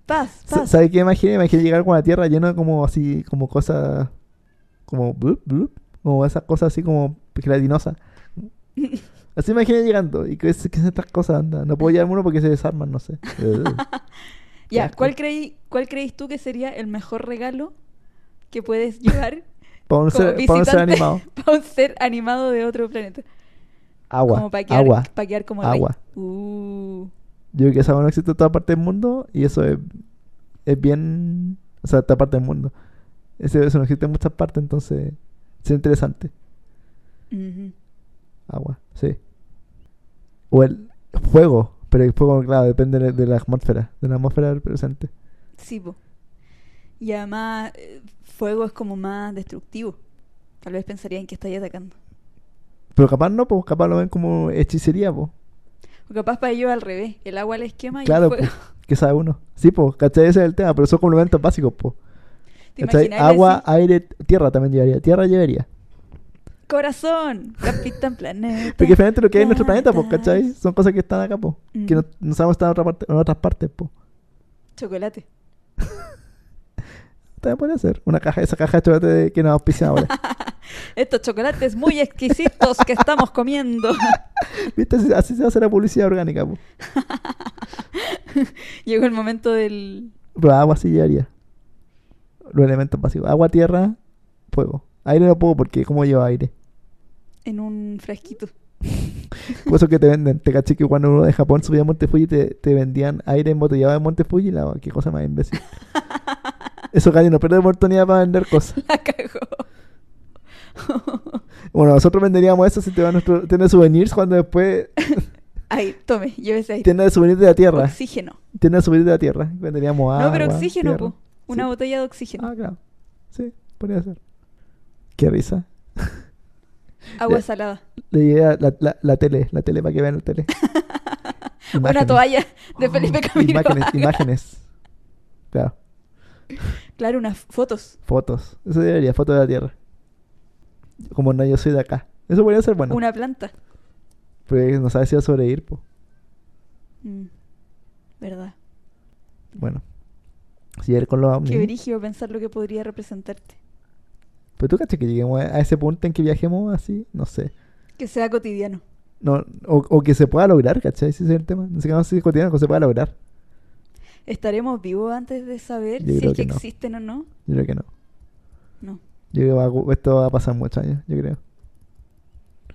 S3: paz,
S2: Sa-
S3: paz.
S2: ¿Sabes qué? Imagina, imagina llegar con la tierra llena como así, como cosas. Como blup, blup, Como esas cosas así como gelatinosas. Así imagina llegando. ¿Y qué es, qué es estas cosas? Anda? No puedo llevarme uno porque se desarman, no sé. Eh, qué
S3: ya,
S2: asco.
S3: ¿cuál creí, cuál creéis tú que sería el mejor regalo que puedes llevar
S2: Para un,
S3: como
S2: ser, para un ser
S3: visitante
S2: animado.
S3: para un ser animado de otro planeta?
S2: Agua.
S3: Como para quedar,
S2: agua.
S3: pa' quedar como rey.
S2: agua.
S3: Uh,
S2: Yo creo que esa agua no existe en toda parte del mundo y eso es, es bien. O sea, toda parte del mundo. Ese- eso no existe en muchas partes, entonces. Es interesante.
S3: ujú.
S2: Agua, sí. O el fuego, pero el fuego, claro, depende de, de la atmósfera, de la atmósfera del presente.
S3: Sí, po. Y además, eh, fuego es como más destructivo. Tal vez pensarían que estáis atacando.
S2: Pero capaz no, pues capaz lo ven como hechicería, pues.
S3: O capaz para ellos al revés. El agua les quema
S2: Claro, pues,
S3: y el fuego.
S2: ¿Qué sabe uno? Sí, pues, ¿cachai? Ese es el tema, pero son complementos básicos, pues.
S3: ¿Te imaginas?
S2: Agua, aire, tierra también llevaría, tierra llevaría.
S3: Corazón, Capitán Planeta.
S2: Porque finalmente lo que hay en nuestro planeta, pues,
S3: planetas,
S2: ¿cachai? Son cosas que están acá, pues. Que no,
S3: Ujú.
S2: no sabemos estar en, otra parte, en otras partes, pues.
S3: Chocolate.
S2: También podría ser. Una caja, esa caja de chocolate de- que nos auspician ahora.
S3: Estos chocolates muy exquisitos que estamos comiendo.
S2: ¿Viste? Así, así se hace la publicidad orgánica, pues.
S3: Llegó el momento del.
S2: Pero agua sí llevaría. Los elementos básicos. Agua, tierra, fuego. Aire no puedo porque ¿cómo lleva aire?
S3: en un frasquito.
S2: Por eso que te venden. Te caché que cuando uno de Japón subía a Monte Fuji te, te vendían aire embotellado de Monte Fuji. La, qué cosa más imbécil. Eso casi no pierde oportunidad para vender cosas.
S3: La cagó.
S2: Bueno, nosotros venderíamos eso si te va nuestro tienda de souvenirs cuando después
S3: Ahí, tome, llévese ahí.
S2: tienda de souvenirs de la tierra.
S3: Oxígeno.
S2: Tienda de souvenirs de la tierra. Venderíamos agua.
S3: no, pero oxígeno,
S2: tierra.
S3: po. Una
S2: Sí.
S3: botella de oxígeno.
S2: Ah, claro. Sí, podría ser. Qué risa.
S3: Agua
S2: ya.
S3: salada.
S2: Le llevé a la, la, la tele, la tele para que vean la tele.
S3: Una
S2: Imágenes.
S3: toalla de
S2: Oh,
S3: Felipe Camilo.
S2: Imágenes,
S3: Haga.
S2: imágenes. Claro,
S3: Claro, unas fotos.
S2: fotos. Eso debería, fotos de la Tierra. Como no, yo soy de acá. Eso podría ser bueno.
S3: Una planta.
S2: Porque no sabes si va a sobrevivir, po.
S3: Mm, ¿Verdad?
S2: Bueno. Si ir con los
S3: Qué
S2: ovnis.
S3: brígido pensar lo que podría representarte.
S2: Pero tú caché que lleguemos a a ese punto en que viajemos así, no sé.
S3: Que sea cotidiano.
S2: No, o, o que se pueda lograr, ¿cachai? Ese es el tema. No sé qué más es cotidiano, que se pueda lograr.
S3: ¿Estaremos vivos antes de saber
S2: Yo
S3: si
S2: creo
S3: es que,
S2: que no.
S3: existen o no?
S2: Yo creo que no.
S3: No.
S2: Yo creo que va a- esto va a pasar muchos años, yo creo.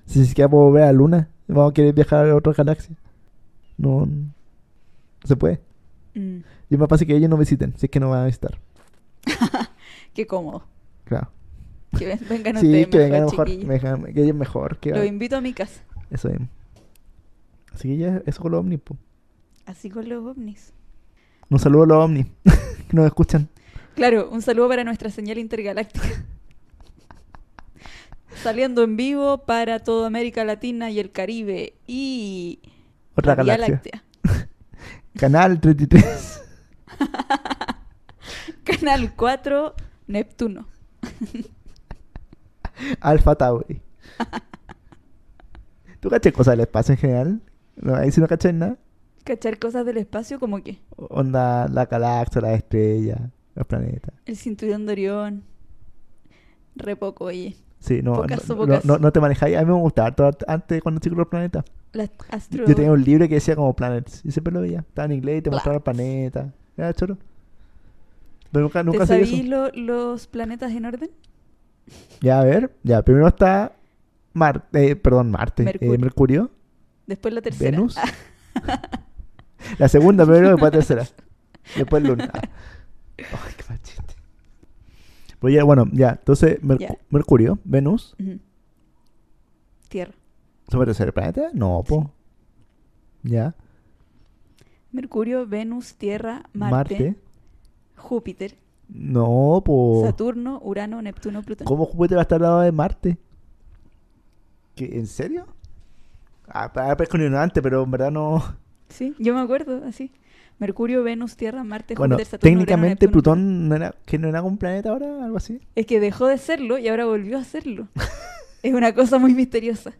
S2: Si ni siquiera puedo volver a la luna, vamos a querer viajar a otra galaxia. No, no se puede.
S3: Mm,
S2: Y más fácil que ellos no visiten, si es que no van a visitar.
S3: Qué cómodo.
S2: Claro.
S3: Que ven- vengan
S2: sí,
S3: ustedes
S2: que vengan
S3: mejor,
S2: mejor,
S3: chiquillos.
S2: me dejan- que ellos mejor, que
S3: Los
S2: va-
S3: invito a mi casa.
S2: Eso mismo. Así que ya, eso con los ovnis, po.
S3: Así con los ovnis.
S2: Un saludo a los ovnis, que nos escuchan.
S3: Claro, un saludo para nuestra señal intergaláctica. Saliendo en vivo para toda América Latina y el Caribe y
S2: Otra
S3: la Vía
S2: galaxia. Canal 33.
S3: Láctea. Canal 4, Neptuno.
S2: Alfa Tauri. ¿Tú caché cosas del espacio en general? No, ahí sí no caché nada.
S3: Cachar cosas del espacio como que
S2: Onda, la galaxia, las estrellas, los planetas.
S3: el cinturón de Orión. Re poco, oye.
S2: Sí, no, no,
S3: Pocaso,
S2: no,
S3: pocaso.
S2: no- no te manejáis. A mí me gustaba harto art- antes cuando chico los planetas.
S3: Las astro...
S2: Yo tenía un libro que decía como Planets. Y siempre lo veía. Estaba en inglés y te mostraba los
S3: Planets.
S2: planetas. Era choro. Pero nunca,
S3: ¿Te
S2: nunca seguí eso.
S3: sabí lo- los planetas en orden?
S2: Ya, a ver. Ya, primero está Marte. perdón, Marte. eh,
S3: Mercurio.
S2: Mercurio.
S3: Después la tercera.
S2: Venus. La segunda primero, después la tercera. Después Luna. Ah. Ay, qué mal chiste. Pues ya, bueno, ya. Entonces, Mercu-
S3: Ya.
S2: Mercurio, Venus.
S3: Ujú. Tierra.
S2: ¿Somos el tercer planeta? No, po. Ya.
S3: Mercurio, Venus, Tierra, Marte,
S2: Marte.
S3: Júpiter,
S2: No, po.
S3: Saturno, Urano, Neptuno, Plutón.
S2: Oh. ¿Cómo Júpiter va a estar al lado de Marte? ¿Qué, ¿En serio? Ah, pa- parezco un ignorante, pero en verdad no.
S3: Sí, yo me acuerdo, así. Mercurio, Venus, Tierra, Marte,
S2: bueno,
S3: Júpiter, Saturno, Urano,
S2: técnicamente
S3: Neptuno,
S2: Plutón no era, que no era un planeta ahora, algo así.
S3: Es que dejó de serlo y ahora volvió a serlo. es una cosa muy misteriosa.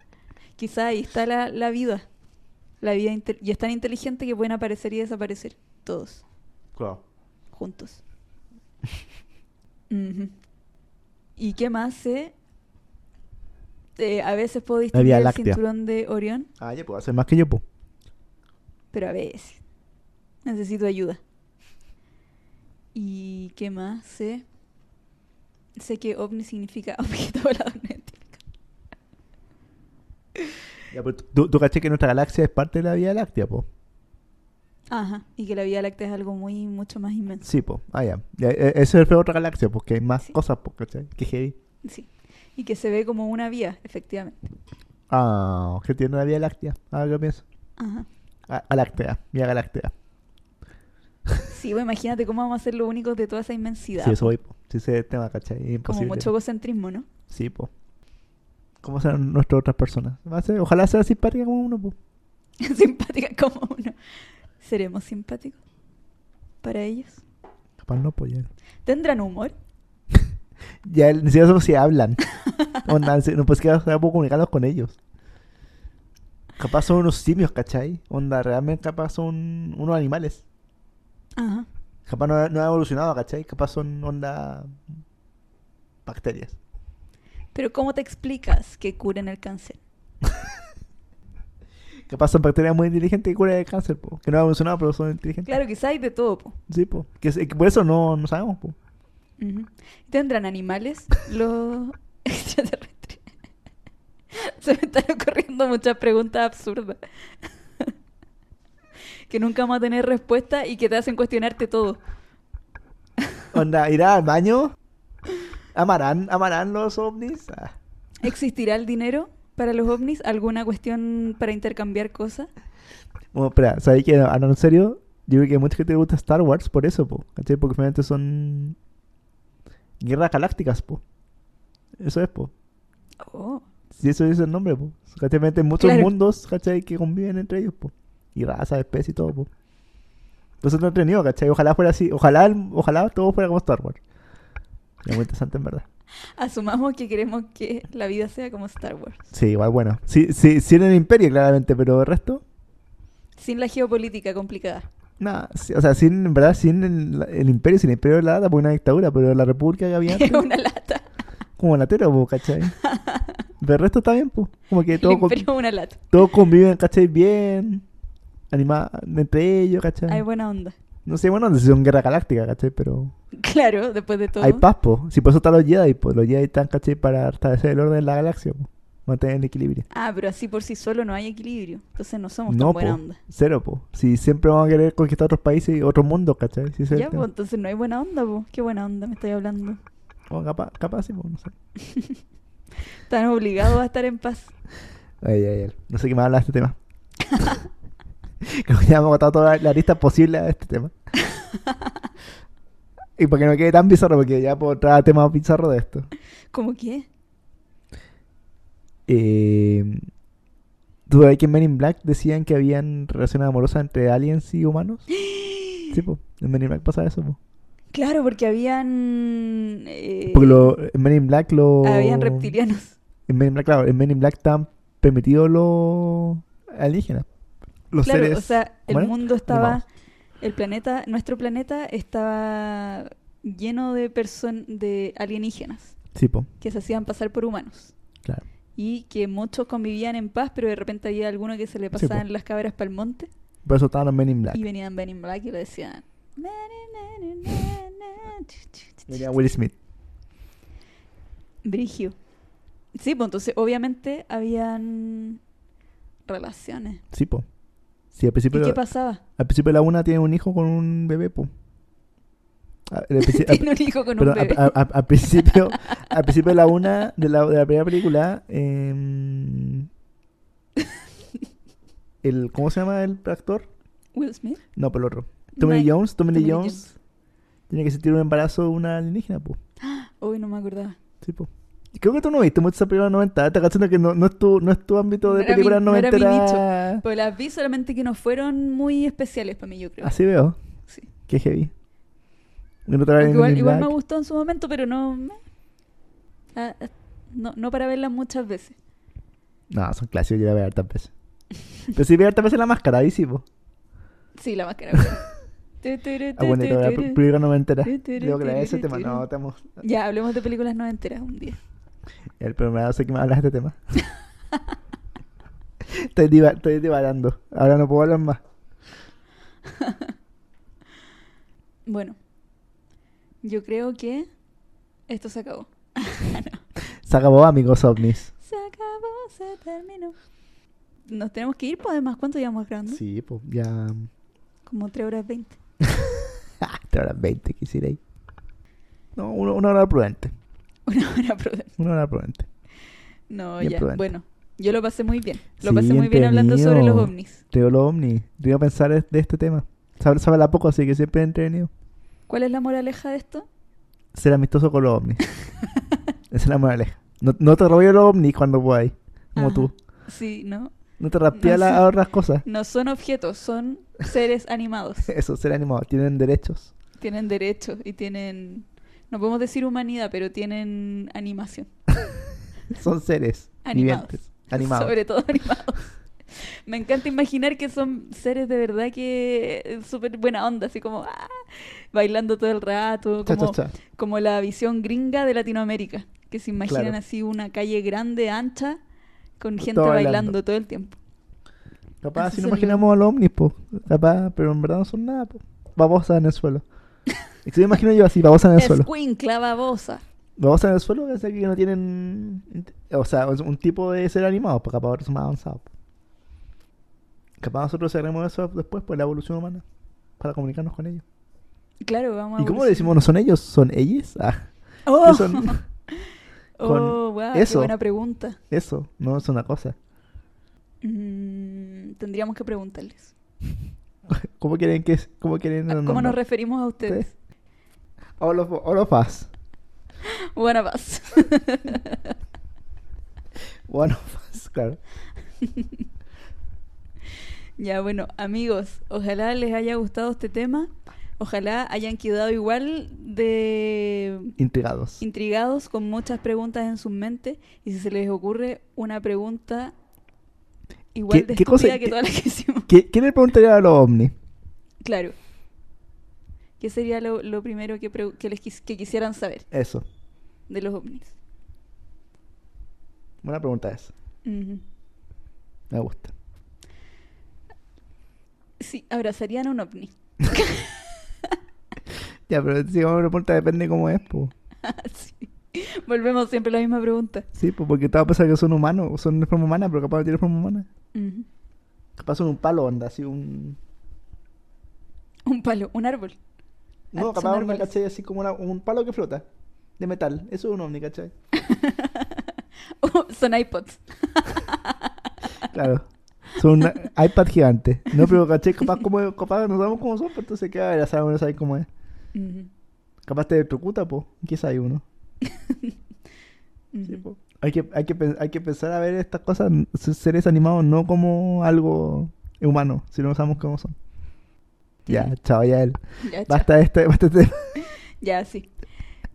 S3: Quizá ahí está la, la vida. La vida inte- y es tan inteligente que pueden aparecer y desaparecer todos
S2: Claro.
S3: juntos. Ujú. ¿Y qué más? se Eh, a veces puedo distinguir
S2: Vía
S3: el
S2: Láctea.
S3: cinturón de Orión,
S2: Ah, ya puedo hacer más que yo, po.
S3: pero a veces necesito ayuda. ¿Y qué más? Sé, sé que ovni significa objeto volador magnético.
S2: Ya, pero tú, tú caché que nuestra galaxia es parte de la Vía Láctea, po.
S3: Ajá, y que la Vía Láctea es algo muy mucho más inmenso.
S2: Sí, po. Ah, ya. Ya, e- Eso es otra galaxia, porque hay más
S3: Sí.
S2: cosas, po, ¿cachai? Qué heavy.
S3: Sí. Y que se ve como una vía, efectivamente.
S2: Ah, que tiene la Vía Láctea. Ah, ¿qué pienso?
S3: Ajá.
S2: Ah, Galáctea, Vía Galáctea.
S3: Sí, pues imagínate cómo vamos a ser los únicos de toda esa inmensidad.
S2: Sí, eso voy, po. Sí, ese es el tema, ¿cachai? Es
S3: como
S2: imposible.
S3: mucho egocentrismo, ¿no?
S2: Sí, po. ¿Cómo serán nuestras otras personas? Va a ser- ojalá sea simpática como uno, po.
S3: Simpática como uno. ¿Seremos simpáticos para ellos?
S2: Capaz no, po, ya.
S3: ¿Tendrán humor?
S2: Ya ni siquiera sabemos si hablan. Onda, si- no pues que estamos comunicarnos con ellos. Capaz son unos simios, ¿cachai? Onda, realmente capaz son unos animales.
S3: Ajá.
S2: Capaz no, no ha evolucionado, ¿cachai? Capaz son onda bacterias.
S3: Pero ¿cómo te explicas que curen el cáncer?
S2: Capaz son bacterias muy inteligentes que curan el cáncer, po. Que no ha evolucionado, pero son inteligentes.
S3: Claro, quizá hay de todo, po.
S2: Sí, po. Que, es- que por eso no, no sabemos, po.
S3: Ujú. ¿Tendrán animales los extraterrestres? Se me están ocurriendo muchas preguntas absurdas. que nunca vamos a tener respuesta y que te hacen cuestionarte todo.
S2: Onda, irá al baño. ¿Amarán, amarán los ovnis? Ah.
S3: ¿Existirá el dinero para los ovnis? ¿Alguna cuestión para intercambiar cosas?
S2: Bueno, espera, ¿sabéis que ahora en serio? Yo creo que a mucha gente le gusta Star Wars por eso, po, ¿cachai? Porque finalmente son guerras galácticas, po. Eso es, po.
S3: Oh.
S2: Si eso es el nombre, po. ¿Cachai? Finalmente muchos
S3: Claro.
S2: mundos, ¿cachai? Que conviven entre ellos, po. Y razas, especies y todo, po. Entonces no he tenido, ¿cachai? Ojalá fuera así. Ojalá, ojalá todo fuera como Star Wars. Es muy interesante, en verdad.
S3: Asumamos que queremos que la vida sea como Star Wars,
S2: Sí, igual, bueno. Sí, sí, sí en el imperio, claramente, pero el resto...
S3: sin la geopolítica complicada.
S2: Nada, sí, o sea, sin, en verdad, sin el, el imperio, sin el imperio de la data, porque una dictadura, pero la república que había
S3: Es
S2: antes,
S3: una lata.
S2: como la tela, po, ¿cachai? Del resto está bien, pues. Como que
S3: El
S2: todo con-
S3: imperio es una lata.
S2: todos conviven, ¿cachai? Bien, anima entre ellos, ¿cachai?
S3: Hay buena onda.
S2: No sé, bueno, si son guerra galáctica, ¿cachai? Pero
S3: Claro, después de todo.
S2: hay paz, po. Si por eso están los Jedi, pues los Jedi están, ¿cachai? Para establecer el orden de la galaxia, po. Mantener el equilibrio.
S3: Ah, pero así por sí solo no hay equilibrio. Entonces no somos
S2: No,
S3: tan
S2: po.
S3: buena onda.
S2: Cero, po. Si siempre vamos a querer conquistar otros países y otros mundos, ¿cachai? Si ese es el
S3: Ya,
S2: tema.
S3: pues entonces no hay buena onda, pues. Qué buena onda me estoy hablando.
S2: O capaz, capaz sí, po, no sé.
S3: Están obligados a estar en paz.
S2: Ay, ay, ay. No sé qué más habla de este tema. Creo que ya hemos agotado toda la lista posible de este tema. y para que no quede tan bizarro, porque ya puedo traer temas bizarros de esto.
S3: ¿Cómo qué?
S2: Eh, ¿Tú sabes que en Men in Black decían que habían relaciones amorosas entre aliens y humanos? Sí, po. En Men in Black pasa eso, po.
S3: Claro, porque habían. eh,
S2: Porque lo, en Men in Black lo...
S3: Habían reptilianos.
S2: En Men in Black, claro. En Men in Black están permitidos los alienígenas. Los
S3: claro,
S2: seres...
S3: o sea, el
S2: ¿cómo era?
S3: mundo estaba,
S2: Animados.
S3: el planeta, nuestro planeta estaba lleno de person de alienígenas
S2: Sí, po.
S3: que se hacían pasar por humanos
S2: Claro.
S3: y que muchos convivían en paz, pero de repente había alguno que se le
S2: po.
S3: pasaban las cabras para el monte
S2: Por eso estaban los Men in Black.
S3: y venían Ben in Black y le decían. "Na, na, na, na, na, na, chu, chu, chu,
S2: Venía
S3: chu".
S2: Will Smith.
S3: Brigio. Sí, pues entonces obviamente habían relaciones.
S2: Sí, po. Sí, al principio,
S3: ¿Y qué
S2: la,
S3: pasaba?
S2: al principio la una tiene un hijo con un bebé, po. A- al princi- al-
S3: Tiene un hijo con un
S2: perdón,
S3: bebé.
S2: a- a- a- al principio, al principio de la una de la, de la primera película, em, el, ¿cómo se llama el actor?
S3: Will Smith.
S2: No, pero el otro. Tommy Lee
S3: Mike-
S2: Jones, Tommy Lee
S3: Tommy Lee
S2: Jones. Tiene que sentir un embarazo de una alienígena, po.
S3: Uy, no me acordaba.
S2: Sí, po. Y Creo que tú no viste mucho esa película 90. Estás cachando que no, no, es tu, no es tu ámbito de
S3: No era mi-
S2: películas
S3: no era mi
S2: 90. Ah.
S3: Pues las vi solamente que no fueron muy especiales para mí, yo creo.
S2: Así veo.
S3: Sí.
S2: Qué heavy. Y no te la ven en
S3: Igual,
S2: el
S3: igual me
S2: black.
S3: gustó en su momento, pero no, me- Ah, ah, no. No para verla muchas veces.
S2: No, son clásicos. Yo la veo hartas veces. Pero sí veo hartas veces la máscara. Ahí sí, po.
S3: Sí, la máscara. bueno. Tu, tu, ru,
S2: Ah, bueno,
S3: tu,
S2: yo la
S3: tu, ru.
S2: película noventera.
S3: Tu, tu,
S2: Luego que la
S3: tu,
S2: de ese
S3: tu,
S2: tema.
S3: tu.
S2: No, estamos...
S3: Ya, hablemos de películas no enteras un día.
S2: El primero sé que me hablas de este tema. estoy, diva- estoy divagando. Ahora no puedo hablar más.
S3: Bueno, yo creo que esto se acabó. No.
S2: Se acabó, amigos ovnis.
S3: Se acabó, se terminó. Nos tenemos que ir, pues además, ¿cuánto llevamos grabando?
S2: Sí, pues ya.
S3: Como 3 horas 20.
S2: Hasta ahora 20 quisiera ir. No, una, una hora prudente.
S3: Una hora prudente.
S2: Una hora prudente.
S3: No,
S2: Bien
S3: ya.
S2: prudente.
S3: Bueno, yo lo pasé muy bien. Lo
S2: Sí,
S3: pasé muy bien hablando sobre los
S2: entretenido.
S3: ovnis.
S2: Te digo lo ovni. Te digo pensar es- de este tema. Sabe, sabe la poco, así que siempre he entretenido.
S3: ¿Cuál es la moraleja de esto?
S2: Ser amistoso con los ovnis. Esa es la moraleja. No, no te robes los ovnis cuando puedas. Como
S3: Ajá.
S2: tú.
S3: Ah, Sí, no.
S2: No te raspías
S3: No
S2: las
S3: sé.
S2: otras cosas.
S3: No son objetos, son seres animados.
S2: Eso, ser animado. Tienen derechos.
S3: tienen derechos y tienen. No podemos decir humanidad, pero tienen animación.
S2: Son seres
S3: Animados.
S2: vivientes, animados.
S3: Sobre todo animados. Me encanta imaginar que son seres de verdad que eh, súper buena onda, así como ah, bailando todo el rato,
S2: Cha,
S3: como,
S2: cha, cha.
S3: como la visión gringa de Latinoamérica, que se imaginan
S2: Claro.
S3: así una calle grande, ancha, con gente
S2: Todo
S3: bailando.
S2: bailando.
S3: todo el tiempo.
S2: Capaz
S3: Así
S2: si no
S3: son los-
S2: imaginamos al ovnis, po. Capaz, pero en verdad no son nada, po. Babosas en el suelo. Es que me imagino yo así, babosas en el suelo.
S3: Escuincla babosa.
S2: Babosas en el suelo, es que no tienen... O sea, es un tipo de ser animado, pues capaz otros son más avanzados. po. Capaz nosotros cerremos eso después por la evolución humana, para comunicarnos con ellos.
S3: Claro, vamos a
S2: ¿Y cómo
S3: evolucionar.
S2: le decimos no son ellos? ¿Son ellas? Ah,
S3: ¡Oh!
S2: ¿qué son? con
S3: Oh, guau, qué
S2: eso?
S3: buena pregunta.
S2: Eso, no es una cosa.
S3: Mm, tendríamos que preguntarles.
S2: ¿Cómo quieren que es? ¿Cómo quieren
S3: Ah, ¿Cómo nos
S2: nombrar?
S3: referimos a ustedes?
S2: All of, all of us.
S3: Buena paz.
S2: One of us, claro.
S3: ya, bueno, amigos, ojalá les haya gustado este tema. Ojalá hayan quedado igual de
S2: Intrigados.
S3: intrigados con muchas preguntas en su mente y si se les ocurre una pregunta igual
S2: ¿Qué-
S3: de
S2: qué
S3: estúpida
S2: cosa-
S3: que
S2: qué-
S3: todas las que hicimos.
S2: ¿Qué, ¿Qué le preguntaría a los ovnis?
S3: Claro. ¿Qué sería lo, lo primero que, pregu- que les quis- que quisieran saber
S2: Eso.
S3: de los ovnis?
S2: Buena pregunta es.
S3: Ujú.
S2: Me gusta.
S3: Sí, abrazarían a un ovni.
S2: Ya, pero si vamos a pregunta depende cómo es, pues.
S3: Ah, Sí. Volvemos siempre a la misma pregunta.
S2: Sí, pues porque te va a pensar que son humanos, o son de forma humana, pero capaz no tienen forma humana.
S3: Ujú.
S2: Capaz son un palo, onda, así un...
S3: Un palo, un árbol. Ah,
S2: No,
S3: son
S2: capaz un
S3: árboles.
S2: ¿cachai? Así como una- un palo que flota. De metal. Eso es un ovni, ¿cachai?
S3: Oh, son iPods.
S2: Claro. Son un iPad gigante. No, pero ¿cachai? Capaz, como, capaz no sabemos cómo son, pero entonces queda ver, sabemos, no sabes cómo es.
S3: Ujú,
S2: Capaz te trucuta, po. Quizá hay uno.
S3: ujú.
S2: Sí, pues. po. Hay que, hay, que, pen- hay que pensar a ver estas cosas, esos seres animados, no como algo humano, si no sabemos cómo son. Ya, chao, ya él.
S3: Ya, chao.
S2: Basta este, basta este.
S3: Ya, sí.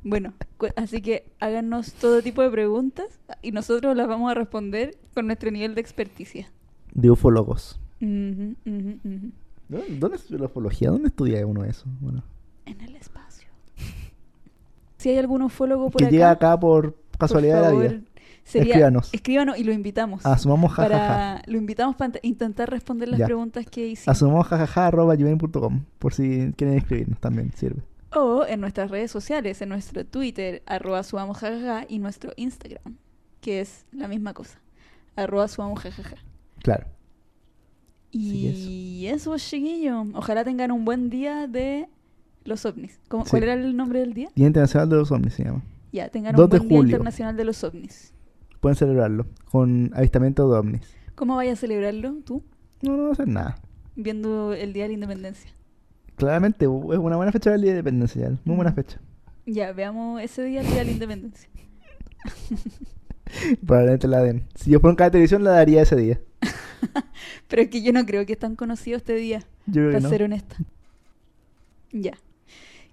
S3: Bueno, cu- así que háganos todo tipo de preguntas y nosotros las vamos a responder con nuestro nivel de experticia.
S2: De ufólogos.
S3: Ujú, ujú, ujú.
S2: ¿Dó- ¿Dónde estudió la ufología? ¿Dónde estudia uno eso? Bueno,
S3: En el espacio. Si hay algún ufólogo Uh, por
S2: que
S3: acá,
S2: llega acá por casualidad
S3: por
S2: de la
S3: favor,
S2: vida.
S3: sería-
S2: Escríbanos.
S3: escríbanos y lo invitamos.
S2: Asumamos jajaja.
S3: para, lo invitamos para intentar responder las
S2: Ya.
S3: preguntas que hicimos.
S2: Asumamos jajaja arroba gmail.com por si quieren escribirnos también, sirve.
S3: O en nuestras redes sociales, en nuestro Twitter, arroba subamos jajaja, y nuestro Instagram, que es la misma cosa, arroba subamos jajaja.
S2: Claro.
S3: Y eso, chiquillo. Ojalá tengan un buen día de los ovnis. ¿Cómo-
S2: Sí.
S3: ¿Cuál era el nombre del día?
S2: Día Internacional de los Hombres se llama.
S3: Ya, tengan
S2: 2
S3: un
S2: de
S3: buen día
S2: julio.
S3: internacional de los ovnis.
S2: Pueden celebrarlo con avistamiento de ovnis.
S3: ¿Cómo vaya a celebrarlo tú?
S2: No, no va a hacer nada.
S3: viendo el Día de la Independencia.
S2: Claramente, bu- es una buena fecha del Día de Independencia, ya, muy
S3: Mm.
S2: buena fecha.
S3: Ya, veamos ese día, el Día de la Independencia.
S2: Probablemente la den. Si yo fuera un canal de televisión, la daría ese día.
S3: Pero es que yo no creo que es tan conocido este día,
S2: Yo creo
S3: para
S2: que no.
S3: ser honesta. Ya.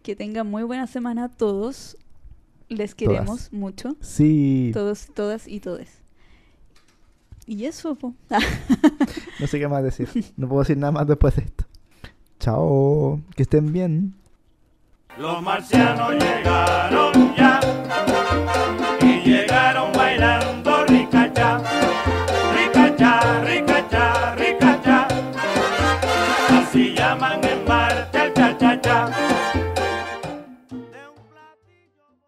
S3: Que tengan muy buena semana a todos. Les queremos mucho.
S2: Sí,
S3: Todos, todas y todes. Y eso, po.
S2: no sé qué más decir. No puedo decir nada más después de esto. Chao, que estén bien.
S1: Los marcianos llegaron